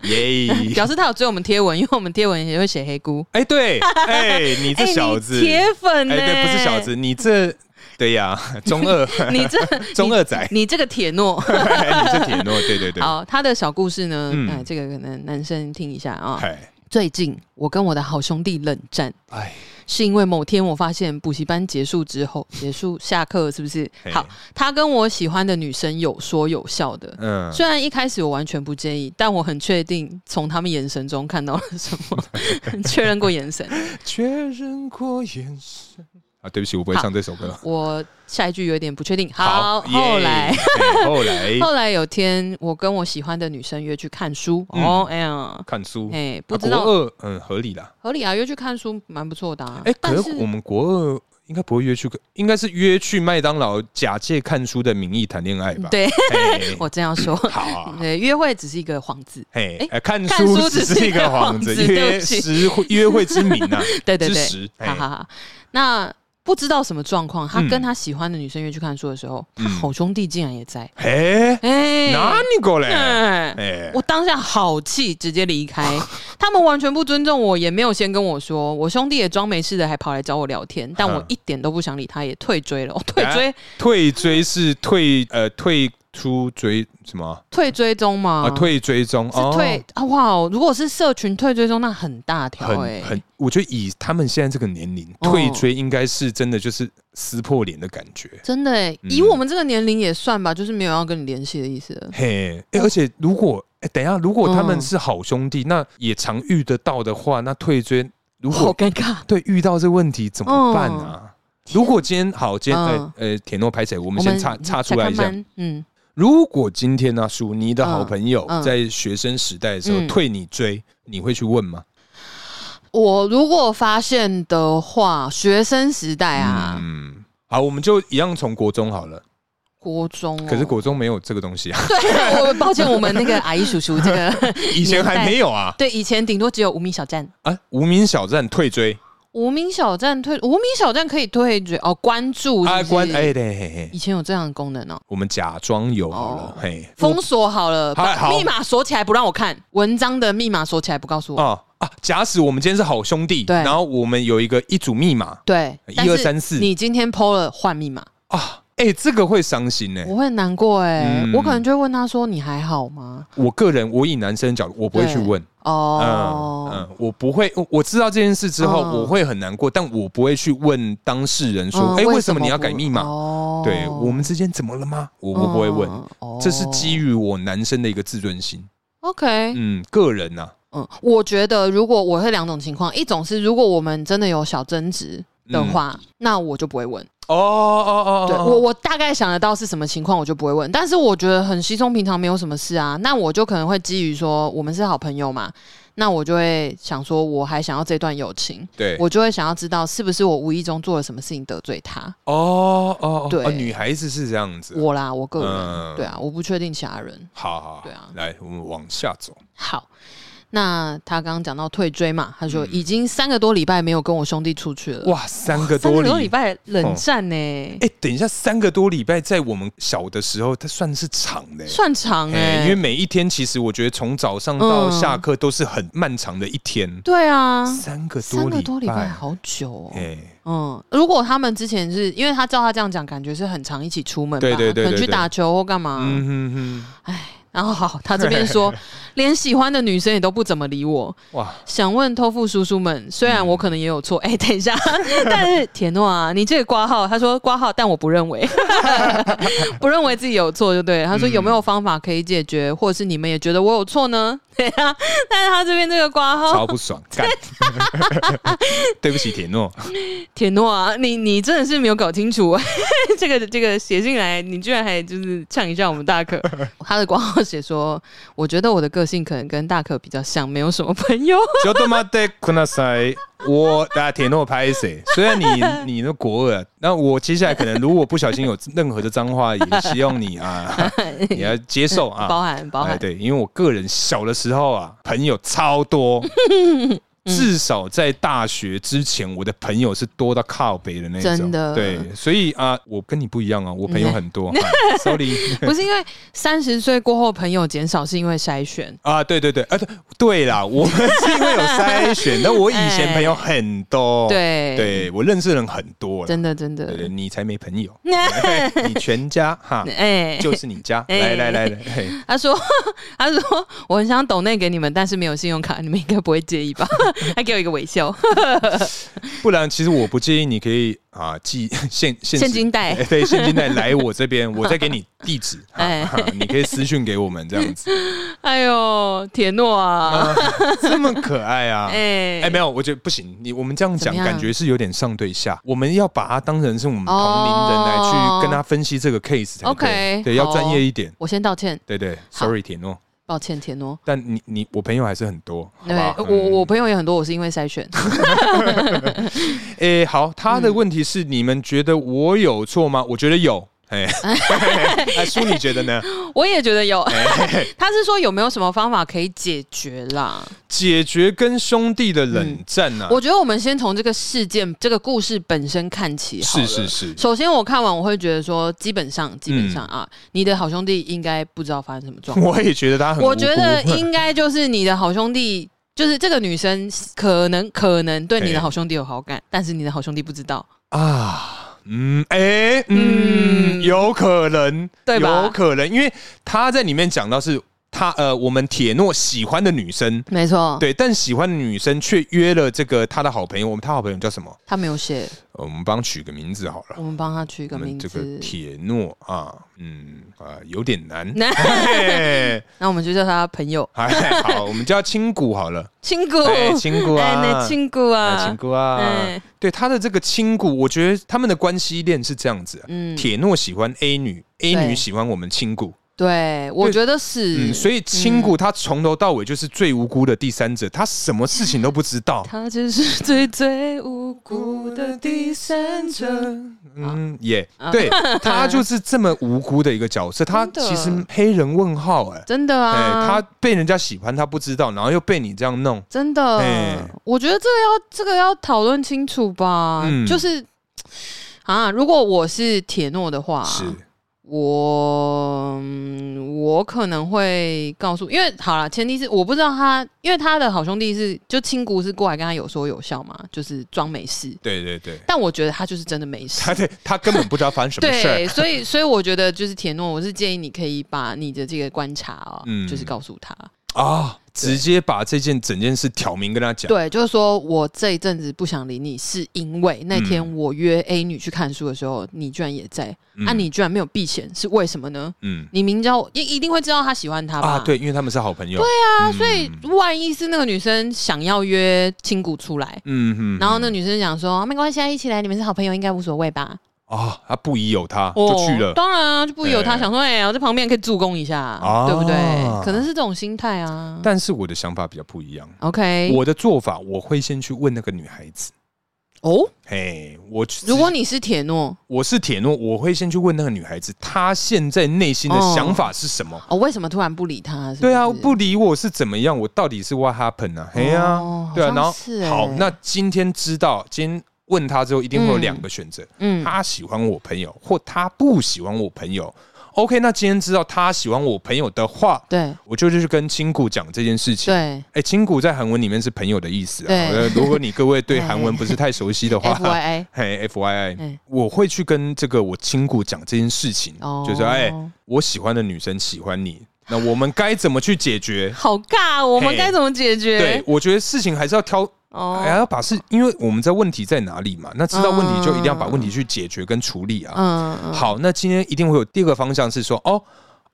A: 耶！
B: 表示他有追我们贴文，因为我们贴文也会写黑姑。
A: 哎，对， 哎，你这
B: 哎
A: 小
B: 你
A: 子，
B: 铁粉呢、
A: 哎，对，不是小子，， 你这对呀，中二，
B: 你这
A: 中二仔，哎
B: 你这个铁诺。
A: 你这铁诺，哎对对对，
B: 好，他的小故事呢，
A: 嗯
B: 哎，这个可能男生听一下啊。
A: 哎，
B: 最近我跟我的好兄弟冷战，
A: 哎，
B: 是因为某天我发现补习班结束之后，结束下课是不是？
A: 嘿
B: 好，他跟我喜欢的女生有说有笑的，
A: 嗯，
B: 虽然一开始我完全不介意，但我很确定从他们眼神中看到了什 么，确认过眼神。
A: 确认过眼神啊，对不起，我不会
B: 好
A: 唱这首歌。
B: 我下一句有点不确定。好，
A: 耶
B: 后来。
A: 嘿后来
B: 后来有天，我跟我喜欢的女生约去看书。
A: 嗯
B: 哦，哎呀，
A: 看书，
B: 哎，
A: 啊
B: 不
A: 国
B: 知道
A: 二，嗯，合理啦。
B: 合理啊，约去看书蛮不错的啊。
A: 哎，
B: 但
A: 可
B: 是
A: 是我们国二应该不会约去个，应该是约去麦当劳，假借看书的名义谈恋爱吧？
B: 对
A: 嘿，
B: 我这 样说，
A: 好啊。
B: 对，约会只是一个幌子。
A: 嘿
B: 哎，
A: 呃看
B: 看
A: 书
B: 书
A: 只是
B: 只是
A: 一
B: 一
A: 个
B: 个
A: 幌
B: 幌
A: 子，
B: 子对
A: 约
B: 不起
A: 时会约会之名啊，
B: 对对
A: 之
B: 对，
A: 时，
B: 哈
A: 嘿
B: 哈哈。那不知道什么状况，他跟
A: 嗯
B: 他喜欢的女生约去看书的时候，他
A: 嗯
B: 好兄弟竟然也在。
A: 哎，
B: 哎，
A: 哪里过来？
B: 哎
A: 哎，
B: 我当下好气，直接 离开。他们完全不尊重我，也没有先跟我说。我兄弟也装没事的，还跑来找我聊天，但我
A: 嗯
B: 一点都不想理他，也退 追了。我哦退
A: 哎
B: 追，
A: 退追是退呃退出追什么
B: 退追踪嘛？
A: 啊？退追踪
B: 是
A: 哦，
B: 退啊！哇，如果是社群退追踪，那很大条哎
A: 哦很。很，我觉得以他们现在这个年龄，
B: 哦
A: 退追应该是真的就是撕破脸的感觉。
B: 真的哎，
A: 嗯
B: 以我们这个年龄也算吧，就是没有要跟你联系的意思了。
A: 嘿，哎而且如果哎，等一下，如果他们
B: 嗯
A: 是好兄弟，那也常遇得到的话，那退追如
B: 好
A: 果
B: 尴尬，
A: 对遇到这问题怎么办啊？如果今天好，今天
B: 哦嗯
A: 呃呃，铁诺拍谁？我
B: 我
A: 们先插插出来一下
B: 看。看嗯，
A: 如果今天呢、啊属你的好朋友
B: 嗯嗯
A: 在学生时代的时候、
B: 嗯
A: 退你追，你会去问吗？
B: 我如果发现的话，学生时代啊，
A: 嗯，好，我们就一样从国中好了。
B: 国中哦，
A: 可是国中没有这个东西 啊，
B: 对，我抱歉，我们那个阿姨叔叔这 个
A: 以前还没有啊
B: 对以前顶多只有无名小站，
A: 啊！无名小站退追
B: 无名小站退无名小站可以退追哦，关注
A: 啊，
B: 是不
A: 关
B: 是
A: 哎对嘿嘿，
B: 以前有这样的功能哦，
A: 我们假装有好了
B: 哦
A: 嘿，
B: 封锁好了，
A: 好
B: 把
A: 好
B: 密码锁起来不让我看，文章的密码锁起来不告诉我，
A: 啊啊！假使我们今天是好兄弟，
B: 对
A: 然后我们有一个一组密码
B: 对，
A: 一
B: 但是
A: 二三四
B: 你今天 PO 了换密码，
A: 啊，哎，这个会伤心欸呢。
B: 我会很难过哎，
A: 嗯
B: 我可能就会问他说你还好吗？
A: 我个人，我以男生的角度，我不会去
B: 对
A: 问。嗯
B: 哦，
A: 嗯，我不会，我我知道这件事之后，
B: 嗯
A: 我会很难过，但我不会去问当事人说，
B: 嗯
A: 哎，为什么你要改密码？
B: 哦
A: 对我们之间怎么了吗？我我不会问，
B: 嗯哦
A: 这是基于我男生的一个自尊心，
B: OK，
A: 嗯，个人呐，
B: 嗯，我觉得如果我会两种情况，一种是如果我们真的有小争执的话，那我就不会问。
A: 哦嗯哦哦，
B: 对我，我大概想得到是什么情况，我就不会问。但是我觉得很稀松平常，没有什么事啊，那我就可能会基于说我们是好朋友嘛，那我就会想说我还想要这段友情，
A: 哦对，
B: 我就会想要知道是不是我无意中做了什么事情得罪他。
A: 哦哦，
B: 对
A: 哦女孩子是这样子，
B: 我啦，我个人，
A: 啊嗯
B: 对啊，我不确定其他人。
A: 好好，好
B: 对啊
A: 来，我们往下走，
B: 好，那他刚刚讲到退追嘛，他说已经三个多礼拜没有跟我兄弟出去了。
A: 嗯哇，三个
B: 三
A: 多
B: 个多礼。拜冷战欸呢、
A: 哎，等一下，三个多礼拜，在我们小的时候，它算是长的，
B: 算长
A: 哎、
B: 哎、
A: 因为每一天其实我觉得从早上到
B: 嗯
A: 下课都是很漫长的一天，
B: 对啊，
A: 三个
B: 三个多
A: 礼
B: 礼拜，好久哦。
A: 哎、
B: 嗯，如果他们之前是因为他照他这样讲，感觉是很常一起出门吧，
A: 对对对对
B: 可能去
A: 对
B: 打球或干嘛。
A: 嗯哼哼，
B: 哎、然后好，他这边 说，连喜欢的女生也都不怎么理我。
A: 哇，
B: 想问偷富叔叔们，虽然我可能也有错，哎、等一下， 但是铁诺啊，你这个挂号，他说挂号，但我不认为， 不认为自己有错，就对了。他说有没有方法可以解决，或者是你们也觉得我有错呢？ 对啊，但是他这边这个挂
A: 超
B: 号，
A: 不爽，干！ 对不起，铁诺，
B: 铁诺啊，你你真的是没有搞清楚， 这个这个写进来，你居然还就是呛一下我们大 可。他的挂号写说，我觉得我的个性可能跟大可比较像，没有什么朋友。
A: 就他妈的困难塞，我啊铁诺拍谁？虽 然你你那国二，那我接下来可能如果不小心有任何的脏话，也希望你 啊，你要接受啊，
B: 包含包
A: 哎，
B: 含，
A: 对，因为我个人小的时候啊，朋友超 多，至少在大学之前，我的朋友是多到靠北的那种。
B: 真的嗯
A: 对，所以啊，我跟你不一样啊，我朋友很多。哎 Sorry
B: 不是因为三十岁过后朋友减少，是因为筛 选。
A: 啊，对对对，啊对对啦，我们是因为有筛选，但我以前朋友很多，
B: 哎对，
A: 对我认识的人很多了，
B: 真的真的
A: 对，对你才没朋 友，你全家哈
B: 哎、
A: 就是你家，
B: 哎
A: 来来来来，嘿
B: 他说他说我很想抖内给你们，但是没有信用卡，你们应该不会介意吧？ 他给我一个微笑，
A: 不然，其实我不介意，你可以啊寄 现现哎
B: 现金袋
A: 对，现金袋来我这边，我再给你地址，
B: 哎
A: 啊啊你可以私讯给我们这样子，
B: 哎呦，铁诺 啊，
A: 啊 这么可爱啊！
B: 哎
A: 哎，没有，我觉得不行，你我们这样
B: 怎
A: 讲，
B: 么样
A: 感觉是有点上对下，我们要把它当成是我们同龄人来去跟他分析这个 case 才对
B: 哦 OK，
A: 对，要专业一点，
B: 我先道歉，
A: 对对
B: 好
A: ，sorry 铁诺，
B: 抱歉，铁诺。
A: 但你你我朋友还是很多，好
B: 对
A: 不好？嗯
B: 我我朋友也很多，我是因为筛选，
A: 哎，好，他
B: 嗯
A: 的问题是你们觉得我有错吗？我觉得有。 哎，哎，叔，你觉得呢？
B: 我也觉得有。
A: 哎
B: 他是说有没有什么方法可以解决啦？
A: 解决跟兄弟的冷战啊，
B: 我觉得我们先从这个事件、这个故事本身看起好
A: 是
B: 了。
A: 是是，
B: 首先，我看完我会觉得说，基本上基本
A: 嗯
B: 上啊，你的好兄弟应该不知道发生什么 状况。
A: 我也觉得他很无辜，
B: 我觉得应该就是你的好兄弟，就是这个女生可能可能对你的好兄弟有好感，但是你的好兄弟不知道。
A: 啊，嗯，哎，嗯，
B: 嗯
A: 有可能，
B: 对吧
A: 有可能，因为他在里面讲到是他呃，我们铁诺喜欢的女生。
B: 没错，
A: 对，但喜欢的女生却约了这个他的好朋友，我们他好朋友叫什么？
B: 他没有写，
A: 呃我们帮他取个名字好了。
B: 我们帮他取一
A: 我
B: 个
A: 们
B: 名
A: 这个
B: 字，
A: 铁诺啊，嗯啊、有点 难。
B: 那
A: 嘿
B: 那我们就叫他朋友
A: 哎，好，我们叫青谷 好了。
B: 亲姑，
A: 哎，青谷
B: 哦哎，
A: 啊
B: 那，亲姑
A: 啊，亲
B: 啊，
A: 姑啊，
B: 哎
A: 对他的这个亲姑，我觉得他们的关系链是这样子、啊
B: 嗯，
A: 铁诺喜欢 A 女，A
B: 对
A: 女喜欢我们亲姑，
B: 对，我觉得
A: 嗯，
B: 是，
A: 所以亲
B: 嗯
A: 姑她从头到尾就是最无辜的第三者，她什么事情都不知道。
B: 他只是最最无辜的第三者。啊
A: 嗯，也、 对，她就是这么无辜的一个角色，她
B: 真的
A: 其实黑人问号哎、
B: 真的
A: 哎、
B: 啊，
A: 她被人家喜欢，她不知道，然后又被你这样弄，
B: 真的，
A: 哎
B: 我觉得这个要这个要讨论清楚吧。
A: 嗯
B: 就是啊，如果我是铁诺的话，
A: 是
B: 我嗯我可能会告诉，因为好了，前提是我不知道他，因为他的好兄弟是就亲姑是过来跟他有说有笑嘛，就是装没事。
A: 对对对，
B: 但我觉得他就是真的没事
A: 她，对她根本不知道发生什么事 啊
B: 对，
A: 儿。
B: 所以所以我觉得就是铁诺，我是建议你可以把你的这个观察啊、
A: 嗯
B: 就是告诉他，
A: 啊、直接把这件整件事挑明跟她讲。
B: 对，就是说我这一阵子不想理你，是因为那天我约 A 女去看书的时候，你居然也在，
A: 嗯
B: 啊，你居然没有避嫌，是为什么呢？
A: 嗯
B: 你明知道一一定会知道他喜欢他吧？
A: 啊，对，因为他们是好朋友。对啊，
B: 所以万一是那个女生想要约亲骨出来，
A: 嗯哼，
B: 然后那女生想说、啊没关系，啊，一起来，你们是好朋友，应该无所谓吧？
A: 啊，他不疑有他，
B: 哦
A: 就去了。
B: 当然啊，就不由他
A: 哎
B: 想说，哎、我在旁边可以助攻一下，
A: 啊
B: 对不对？可能是这种心态啊。
A: 但是我的想法比较不一样，
B: OK，
A: 我的做法我会先去问那个女孩子。
B: 哦，
A: 嘿，我去
B: 如果你是铁诺，
A: 我是铁诺，我会先去问那个女孩子，她现在内心
B: 哦
A: 的想法是什么？
B: 哦，为什么突然不理他？是是
A: 对啊，不理我是怎么样？我到底是 what happened 啊？嘿啊，
B: 哦
A: 对啊，
B: 好像
A: 然后
B: 是欸
A: 好，那今天知道，今天问她之后，一定会有两个选择，
B: 嗯，
A: 他喜欢我朋友，或他不喜欢我朋友。OK，那今天知道他喜欢我朋友的话，
B: 对
A: 我就去跟青谷讲这件事情。
B: 对
A: 哎，青谷在韩文里面是朋友的意思啊。
B: 对哎
A: 呃如果你各位对韩文不是太熟悉 的
B: ，F Y
A: 话，
B: I
A: 嘿，F Y I，
B: 嗯
A: 我会去跟这个我青谷讲这件事情，
B: 哦，
A: 就是哎，我喜欢的女生喜欢你，那我们该怎么去解 决？
B: 好尬，哦我们
A: 嘿
B: 该怎么解决？
A: 对，我觉得事情还是要挑，哎
B: 哦
A: 还要把事，因为我们在问题在哪里嘛，那知道问题就一定要把问题去解决跟处理啊。
B: 嗯，嗯，
A: 好，那今天一定会有第二个方向是说，哦，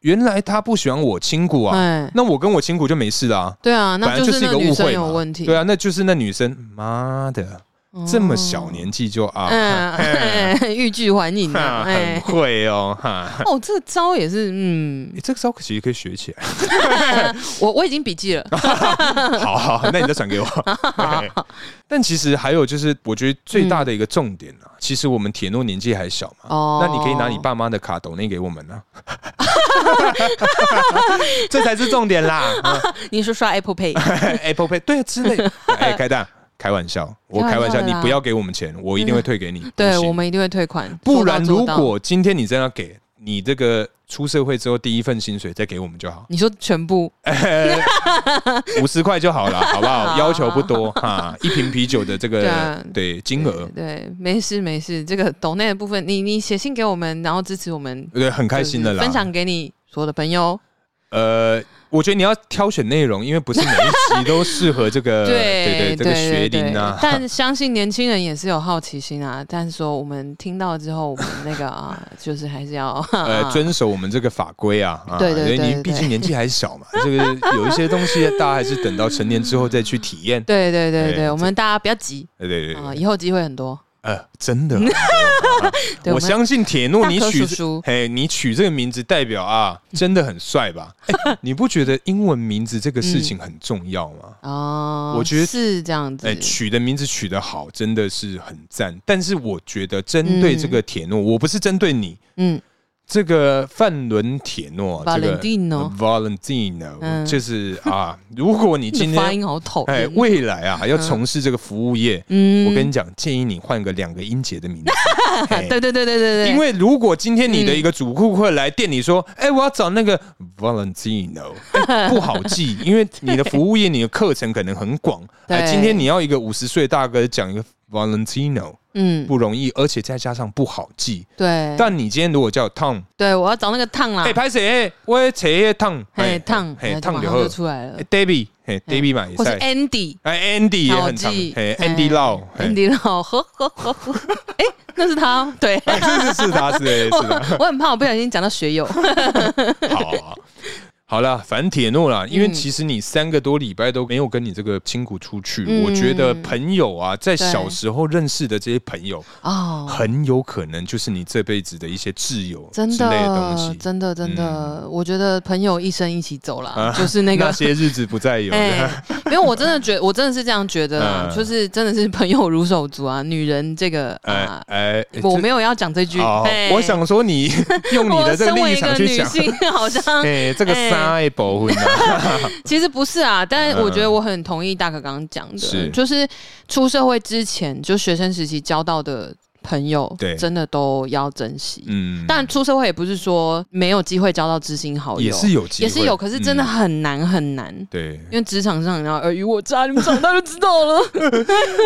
A: 原来他不喜欢我亲骨啊，
B: 哎，
A: 那我跟我亲骨就没事啦、
B: 对啊，那
A: 本来就
B: 那
A: 一个
B: 女
A: 误
B: 生
A: 会
B: 有
A: 嘛
B: 问题，
A: 对啊，那就是那女生，妈的，
B: 哦
A: 这么小，年纪就啊，
B: 嗯，欲拒还 迎
A: 哈
B: 啊，
A: 很
B: 哎，
A: 会哦，哈。
B: 哦，这个招也是，嗯
A: 你，这个招其实可以学起来，
B: 我我已经笔记了，
A: 啊好好，那你再传给我。 但其实还有就是，我觉得最大的一个重点啊，其实我们铁诺年纪还小嘛，
B: 嗯哦，
A: 那你可以拿你爸妈的卡抖内给我们呢、 啊，这才是重点啦。 嗯
B: 你说刷 Apple Pay，
A: Apple Pay 对之类，哎，开大开玩笑，我
B: 开
A: 开
B: 玩
A: 玩笑，
B: 笑的
A: 你
B: 啦嗯
A: 不要给我们钱，我一定会退给你。
B: 对
A: 不行
B: 我们一定会退款，
A: 不
B: 做到
A: 然
B: 做
A: 如
B: 到
A: 果今天你真的要给你这个出社会之后第一份薪水再给我们就好，
B: 你说全部
A: 五十块就好了，好不好？
B: 好啊
A: 要求不多哈，一瓶啤酒的这
B: 对
A: 个
B: 啊
A: 对金额，
B: 对，没事没事，这个抖内的部分，你你写信给我们，然后支持我们，
A: 对，很开心的
B: 就是分
A: 啦。
B: 享给你所有的朋友，
A: 呃，我觉得你要挑选内容，因为不是每一集都适合这个对
B: 对
A: 这个学龄啊
B: 对。但相信年轻人也是有好奇心啊。 但是说我们听到之后，我们那个啊， 就是还是要
A: 呃，遵守我们这个法规啊，啊
B: 啊对对对
A: 因为
B: 对
A: 你毕竟年纪还小嘛，这个有一些东西大家还是等到成年之后再去体验。
B: 对对对
A: 哎
B: 对，我们大家不要急
A: 对对对
B: 啊、
A: 对，
B: 以后机会很多。
A: 呃，真的，
B: 对，
A: 我
B: 们
A: 相信铁诺，
B: 大
A: 你
B: 可
A: 取
B: 叔叔
A: 嘿，你取这个名字代表啊，真的很帅 吧？哎你不觉得英文名字这个事情很重要吗？
B: 哦，
A: 我觉得
B: 嗯是嗯这样子。
A: 哎，取的名字取得好，真的是很赞。但是我觉得针对这个铁诺，我不是针对你，
B: 嗯，
A: 这个范伦铁诺这个呃
B: Valentino
A: Valentino，、
B: 嗯
A: 就是啊， 如果你今
B: 你的发
A: 天
B: 音好讨
A: 哎
B: 厌。
A: 未来啊要从事这个服务业，
B: 嗯
A: 我跟你讲，建议你换个两个音节的名 字，哎
B: 对对对对对对，
A: 因为如果今天你的一个主顾客来店里说，哎、我要找那个 Valentino，、哎 不好记，因为你的服务业你的课程可能很广，哎，
B: 对
A: 今天你要一个五十岁大哥讲一个 Valentino
B: 嗯，
A: 不容易，而且再加上不好记。
B: 对，
A: 但你今天如果叫 Tom。
B: 对我要找那个烫啦
A: 哎，，拍谁？哎我扯一烫，
B: 嘿烫，
A: 嘿
B: 哎
A: 烫
B: 马
A: 就
B: 上
A: 好
B: 就。出来了
A: 哎，，David，嘿
B: 嘿
A: ，David 嘛也
B: 或是
A: 在，
B: Andy。
A: 哎，Andy 也
B: 好
A: 很长，
B: 记
A: 嘿
B: 哎
A: ，Andy 老，嘿，
B: Andy 老， 呵呵呵呵，哎，那是他哦，对，
A: 哎是是是他，是哎是
B: 我
A: 他，
B: 我很怕我不小心讲到学友，
A: 好好好。好了，反正铁诺啦，因为
B: 嗯
A: 其实你三个多礼拜都没有跟你这个亲骨出去，
B: 嗯
A: 我觉得朋友啊，在
B: 对
A: 小时候认识的这些朋友，
B: 哦，
A: 很有可能就是你这辈子的一些挚友之
B: 真
A: 类的东西嗯
B: 的，。真的，真的，我觉得朋友一生一起走啦
A: 啊，
B: 就是那
A: 那
B: 个。
A: 些日子不再有，
B: 哎，因为我真的觉我真的是这样觉得啊，
A: 嗯
B: 就是真的是朋友如手足啊，女人这个
A: 哎
B: 啊，
A: 哎，
B: 我
A: 这
B: 没有要讲这句
A: 哦，
B: 哎
A: 我想说 你用你的这个
B: 我身为
A: 立
B: 一个
A: 场去
B: 女
A: 想，
B: 性， 好像
A: 哎、这个
B: 哎
A: 三爱保护 啊，
B: 其实不是啊，但我觉得
A: 嗯
B: 我很同意大可刚刚讲的，
A: 是
B: 就是出社会之前，就学生时期交到的朋友，
A: 对
B: 真的都要珍惜。
A: 嗯，
B: 但出社会也不是说没有机会交到知心好友，
A: 也是有机
B: 也
A: 会，
B: 是有，可是真的
A: 嗯
B: 很难很难。 ，
A: 对
B: 因为职场上，然后尔虞我诈，你们长大就知道 了。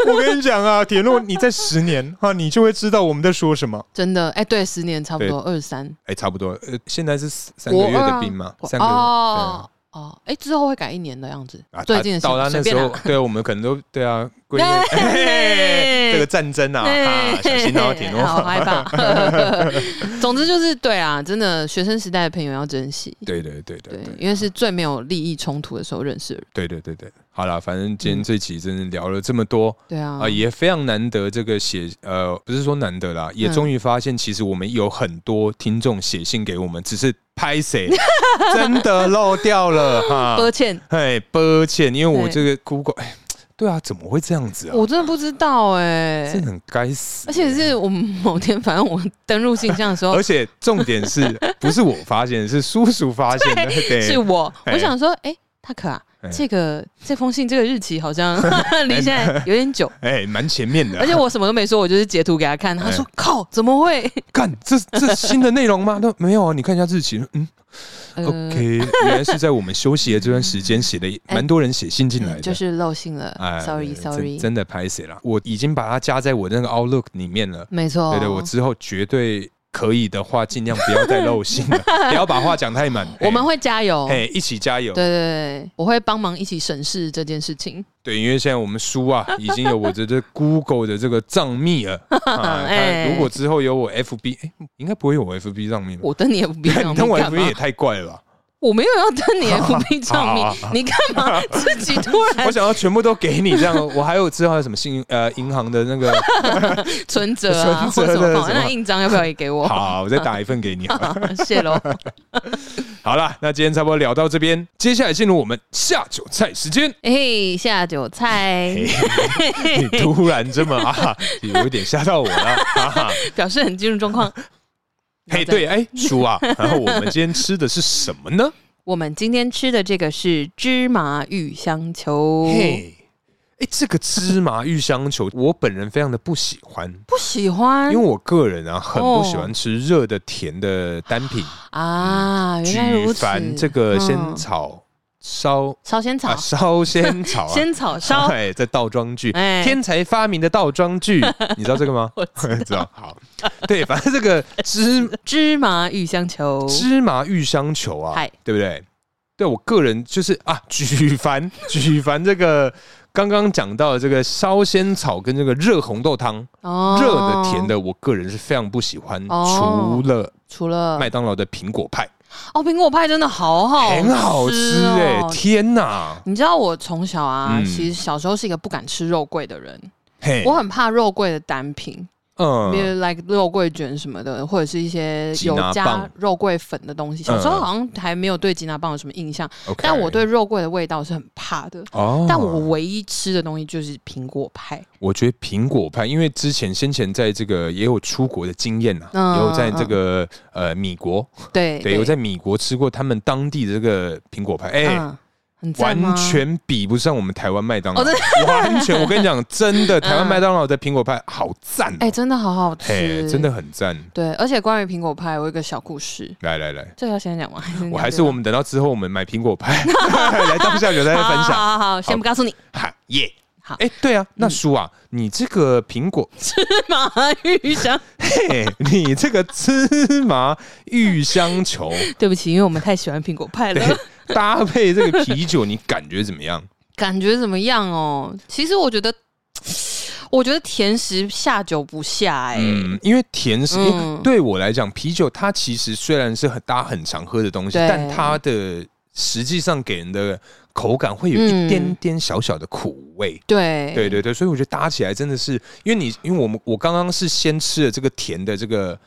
A: 我跟你讲啊，铁诺，你在十年啊，你就会知道我们在说什么。
B: 真的，哎、对，十年差不多，二十三，
A: 哎、差不多，呃，现在是三个
B: 国
A: 月
B: 二啊
A: 的兵嘛，
B: 国
A: 三个月。
B: 哦哦，哎、之后会改一年的样子。
A: 对啊，
B: 最近的
A: 到他
B: 随
A: 那
B: 便
A: 时候
B: 啦，
A: 对我们可能都对啊，归类
B: 哎
A: 嘿 嘿嘿这个战争啊，啊小心哦，铁
B: 好
A: 诺。
B: 害怕。 总之就是对啊，真的学生时代的朋友要珍惜，
A: 对对对对
B: 对
A: 对，
B: 因为是最没有利益冲突的时候认识的人。
A: 对对对对，好了，反正今
B: 嗯
A: 天这期真的聊了这么多，
B: 对啊，
A: 啊，也非常难得。这个写呃，不是说难得啦，
B: 嗯
A: 也终于发现，其实我们有很多听众写信给我们，只是拍 谁真的漏掉了哈。
B: 抱歉，
A: 哎，抱歉，因为我
B: 对
A: 这个 Google，哎，对啊，怎么会这样子啊？
B: 我真的不知道哎、
A: 这很该死
B: 而。且是我们某天，反正我登入信箱的时候
A: 而。且重点 是不是我发现，是叔叔发现的？ 对，
B: 是我，
A: 哎
B: 我想说，哎、大可啊，
A: 哎
B: 这个这封信这个日期好像 离现在有点久，
A: 哎，蛮前面的
B: 而。且我什么都没说，我就是截图给他看，他说
A: 哎
B: 靠，怎 么会？
A: 看这这新的内容吗？那没有啊，你看一下日期。嗯
B: 呃
A: ，OK，原来是在我们休息的这段时间写的，
B: 哎
A: 蛮多人写信进来的。哎
B: 就是漏信了，sorry
A: 真
B: sorry，
A: 真
B: 哦
A: 的拍谁了？我已经把它加在我那个 Outlook 里面了。
B: 没错，
A: 对对，我之后绝对可以的话，尽量不要再露馅 了，不要把话讲太满。
B: 我们会加油。
A: 哎，一起加油。
B: 对对对，我会帮忙一起审视这件事情。
A: 对，因为现在我们书啊，已经有我的这 Google 的这个账密 了。啊，
B: 哎
A: 它如果之后有我 FB，哎，应该不会有我 FB 账密吧？
B: 我登你 FB 账
A: 你登
B: 密
A: 我
B: 干
A: FB
B: 嘛
A: 也？太怪 了吧！
B: 我没有要登你 FB 账 密
A: 好好好，
B: 你干嘛自己突然
A: 我想要全部都给你，这样我还有之后还有什么信呃银行的那个，
B: 存折啊，或
A: 存
B: 者
A: 折
B: 什
A: 的
B: 么放？
A: 什么
B: 那印章要不要也给我？
A: 好，我再打一份给你好了。
B: 谢喽。
A: 好了，那今天差不多聊到这边，接下来进入我们下酒菜时间。哎
B: 哎，下酒菜，
A: 你 突然这么啊，有一点吓到我了。啊哈 哈。
B: 表示很进入状 况。
A: 嘿，对，哎，叔啊，然后我们今天吃的是什么呢？
B: 我们今天吃的这个是芝麻玉香球，
A: 嘿，哎，这个芝麻玉香球，我本人非常的不喜欢，
B: 不喜欢
A: 因为我个人啊，很不喜欢吃热的、甜的单品。
B: 啊，原来
A: 举
B: 如此
A: 凡。这个仙
B: 嗯
A: 草烧
B: 烧仙草
A: 啊，，烧仙草啊。
B: 仙草烧，
A: 哎，这倒装句，
B: 哎
A: 天才发明的倒装 句，你知道这个吗？
B: 我
A: 知道好，对，反正这个芝
B: 芝麻玉香球，
A: 芝麻玉香球啊
B: 哦嗨，
A: 对不对？对我个人就是啊， 举凡举凡这个刚刚讲到的这个烧仙草跟这个热红豆汤，
B: 哦
A: 热的甜，的，我个人是非常不喜欢，
B: 哦
A: 除了
B: 除了
A: 麦当劳的苹果派，
B: 哦，苹果派真的好好吃、哦，哦
A: 很好吃哎、天哪！
B: 你知道我从小啊，
A: 嗯
B: 其实小时候是一个不敢吃肉桂的人，
A: 嘿，
B: 我很怕肉桂的单品，比
A: 嗯，
B: 如 like 肉桂卷什么的，或者是一些
A: 吉
B: 有
A: 拿
B: 加
A: 棒嗯
B: 肉桂粉的东西。小时候好像还没有对吉拿棒有什么印象，
A: OK
B: 但我对肉桂的味道是很怕的。
A: 哦，
B: 但我唯一吃的东西就是苹果派，
A: 我觉得苹果派，因为之前先前在这个也有出国的经验呐、
B: 嗯
A: 也有在这个呃米国，
B: 对
A: 对，有在米国吃过他们当地的这个苹果派，哎、
B: 嗯，很赞吗
A: 完全比不上我们台湾麦当劳，
B: 哦真嗯
A: 完全，我跟你讲，真的， 台湾麦当劳的苹果派好赞、哦，
B: 哎、真的好好
A: 嘿
B: 吃，
A: 真的很赞。
B: 对。而且关于苹果派，我有一个小故事，
A: 来来来，
B: 这个要先讲吗？
A: 我还是我们等到之后我们买苹果 派来当下酒再
B: 再
A: 来分
B: 好
A: 享，
B: 好好好，先不告诉你，
A: 哈耶！
B: 好嗯
A: 哎，对啊，那叔啊，你这个苹果
B: 马玉香。
A: 嘿， 你这个芝麻玉香球
B: 对不起，因为我们太喜欢苹果派了。
A: 搭配这个啤酒，你感觉怎么样？
B: 感觉怎么样哦？其实我觉得，我觉得甜食下酒不下哎、
A: 嗯，因为甜食、因为
B: 嗯
A: 对我来讲，啤酒它其实虽然是很大家很常喝的东西，
B: 对
A: 但它的实际上给人的口感会有一
B: 嗯
A: 点点小小的苦味。
B: 对
A: 对对对，所以我觉得搭起来真的是，因为你因为我们我刚刚是先吃了这个甜的这个，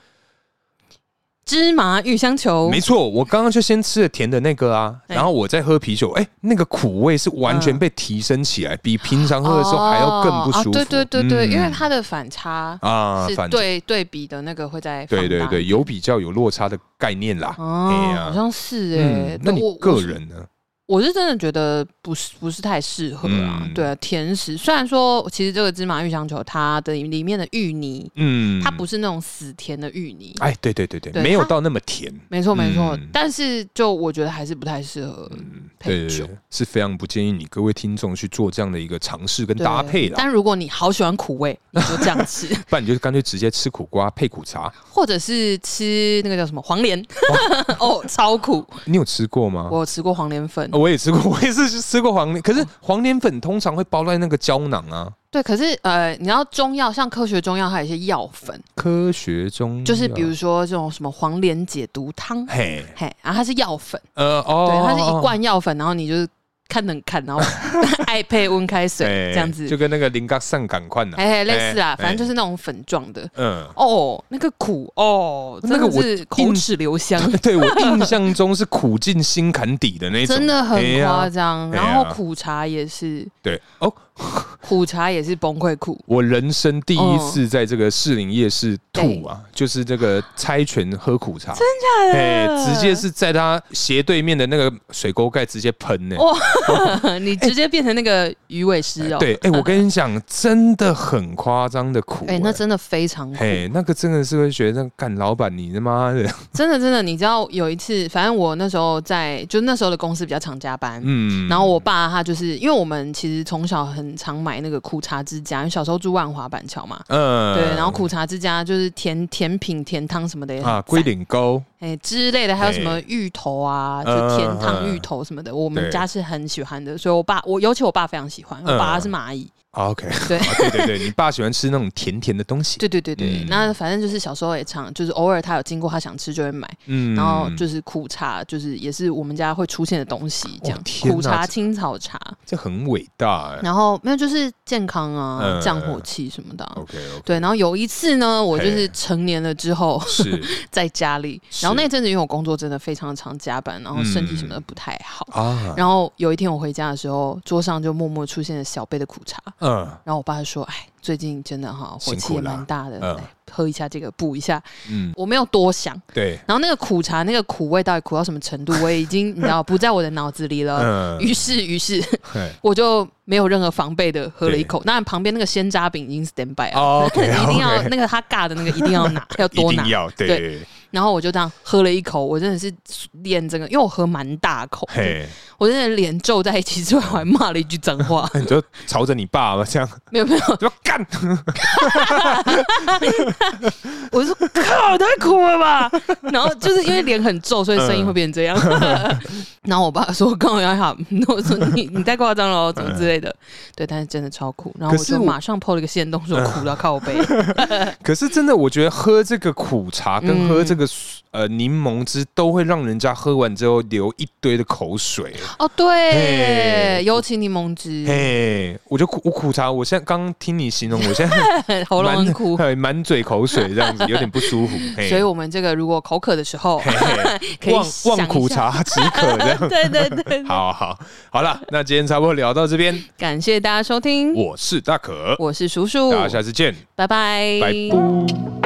B: 芝麻玉香球
A: 没错，我刚刚就先吃了甜的那个啊，
B: 对
A: 然后我再喝啤酒，哎、那个苦味是完全
B: 嗯
A: 被提升起来，比平常喝的时候还要更不舒服。
B: 哦啊对对对对，
A: 嗯
B: 因为它的反差
A: 啊
B: 是，
A: 反正
B: 对对比的那个会在放
A: 对
B: 大
A: 对对，有比较有落差的概念啦。哎
B: 哦，
A: 呀
B: 好像是哎、
A: 嗯，那
B: 对我
A: 你个人呢？
B: 我是我是真的觉得不是不是太适合啊。
A: 嗯
B: 对啊，甜食虽然说其实这个芝麻玉香球它的里面的芋泥，
A: 嗯，
B: 它不，是那种死甜的芋泥，
A: 哎，对对对对，
B: 对
A: 没有
B: 它
A: 到那么甜。
B: 没错没错，
A: 嗯
B: 但是就我觉得还是不太适合
A: 嗯，
B: 配
A: 对对
B: 酒
A: 对，是非常不建议你各位听众去做这样的一个尝试跟
B: 对
A: 搭配啦，
B: 但如果你好喜欢 苦味，你就这样吃，
A: 不然你就干脆直接吃苦瓜配苦 茶。
B: 或者是吃那个叫什么黄连， 哦，超苦。
A: 你有吃过吗？哦
B: 我有哦吃过黄连粉，
A: 我也吃过，我也是吃过黄连，可是黄连粉通常会包在那个胶囊啊。
B: 对，可是呃，你知道中药，像科学中药，还有一些药粉，
A: 科学中
B: 就是比如，说这种什么黄连解毒汤，
A: 嘿，
B: 嘿，然后它是药粉，
A: 呃，哦，
B: 对，它是一
A: 哦，
B: 罐药粉，然后你就是看能看，然后 爱配温开水
A: 哎
B: 这样子
A: 就，跟那个零嘎上赶快呢，
B: 哎，嘿类似
A: 哎
B: 啊，反
A: 哎
B: 正就是那种粉状的。
A: 嗯。
B: 哦，那个苦哦，
A: 那
B: 真
A: 个
B: 的
A: 我
B: 是口
A: 印
B: 齿留香。
A: 对我印象中是苦尽心坎底的那种，
B: 真的很
A: 哎呀
B: 夸张。
A: 哎呀
B: 然后苦茶也是，
A: 对哦，
B: 苦茶也是崩溃苦。
A: 我人生第一次在这个士林夜市吐啊，就是这个猜拳喝苦茶，真
B: 的
A: 直接是在他斜对面的那个水沟盖直接喷呢、
B: 哇 你直接变成那个鱼尾狮哦。
A: 对，哎、我跟你讲，真的很夸张的苦、
B: 哎、那真的非常苦，
A: 嘿，那个真的是会觉得干老板，你他妈 的，
B: 真的真的，你知道有一次，反正我那时候在，就那时候的公司比较常加班，
A: 嗯，
B: 然后我爸他就是因为我们其实从小很常买买那个苦茶之家，因为小时候住万华板桥嘛。
A: 嗯，
B: 对，然后苦茶之家就是甜甜品、甜汤什么的也很
A: 啊，
B: 赞
A: 龟苓膏，
B: 哎、之类的，还有什么芋头啊，
A: 嗯
B: 就甜汤芋头什么的，我们
A: 对
B: 家是很喜欢的，所以我爸我尤其我爸非常喜欢，我爸他是蚂蚁，
A: 啊 OK，
B: 对
A: 啊对对对，你爸喜欢吃那种甜甜的东西，
B: 对对对对，
A: 嗯
B: 那反正就是小时候也常就是偶尔他有经过他想吃就会买，
A: 嗯
B: 然后就是苦茶，就是也是我们家会出现的东西，这样、
A: 哦天哪
B: 苦茶、
A: 这
B: 青草茶，
A: 这很伟大哎
B: 然后没有就是健康啊、
A: 嗯
B: 降火气什么的啊、
A: ，OK OK，
B: 对，然后有一次呢，我就
A: 嘿
B: 是成年了之后，
A: 是
B: 在家里，
A: 是嗯
B: 然后那阵子因为我工作真的非常常加班，然后身体什么的不太好。
A: 啊，
B: 然后有一天我回家的时候，桌上就默默出现了小杯的苦茶。
A: 嗯
B: 然后我爸就说：“哎，最近真的哈，火
A: 辛
B: 气
A: 苦
B: 也
A: 了
B: 蛮大的，
A: 嗯
B: 来喝一下这个补一下。
A: 嗯”，
B: 我没有多想。
A: 对，
B: 然后那个苦茶那个苦味到底苦到什么程度，我也已经你知道不在我的脑子里了。
A: 嗯，
B: 于是，于是
A: 嘿
B: 我就没有任何防备的喝了一口。那旁边那个鲜榨饼已经 stand by 了，
A: 哦 OK，
B: 一定要
A: OK
B: 那个他尬的那个一定要 拿，要多
A: 一
B: 拿
A: 定。要对，
B: 然后我就这样喝了一口，我真的是脸整个，因为我喝蛮大口，
A: 嘿，，
B: 我真的脸皱在一起之外，我还骂了一句脏话
A: 你就朝着你爸爸这样，
B: 没有没有，
A: 就干，
B: 我就说靠，太苦了吧。然后就是因为脸很皱，所以声音会变成 这样。然后我爸说跟我要好，我说你你太夸张了 哦，怎么之类的。对，但是真的超苦。然后我
A: 可是
B: 就
A: 我嗯
B: 马上破了一个线洞，说苦到靠 背。
A: 可是真的，我觉得喝这个苦茶
B: 嗯
A: 跟喝这个、呃柠檬汁，都会让人家喝完之后流一堆的口水。
B: 哦，对，
A: 嘿
B: 尤其柠檬汁，
A: 嘿，我就苦我苦茶，我现在刚听你形容，我现在
B: 喉咙很
A: 满
B: 苦。
A: 嘿满嘴口水这样子，有点不 舒服。嘿
B: 所以，我们这个如果口渴的时候，
A: 嘿嘿
B: 可以
A: 望
B: 想一
A: 望苦
B: 下
A: 茶止渴这样。
B: 对对 对，
A: 好好好了，那今天差不多聊到这边，
B: 感谢大家收听，
A: 我是大可，
B: 我是叔叔，
A: 大家下次见，
B: 拜拜，
A: 拜拜。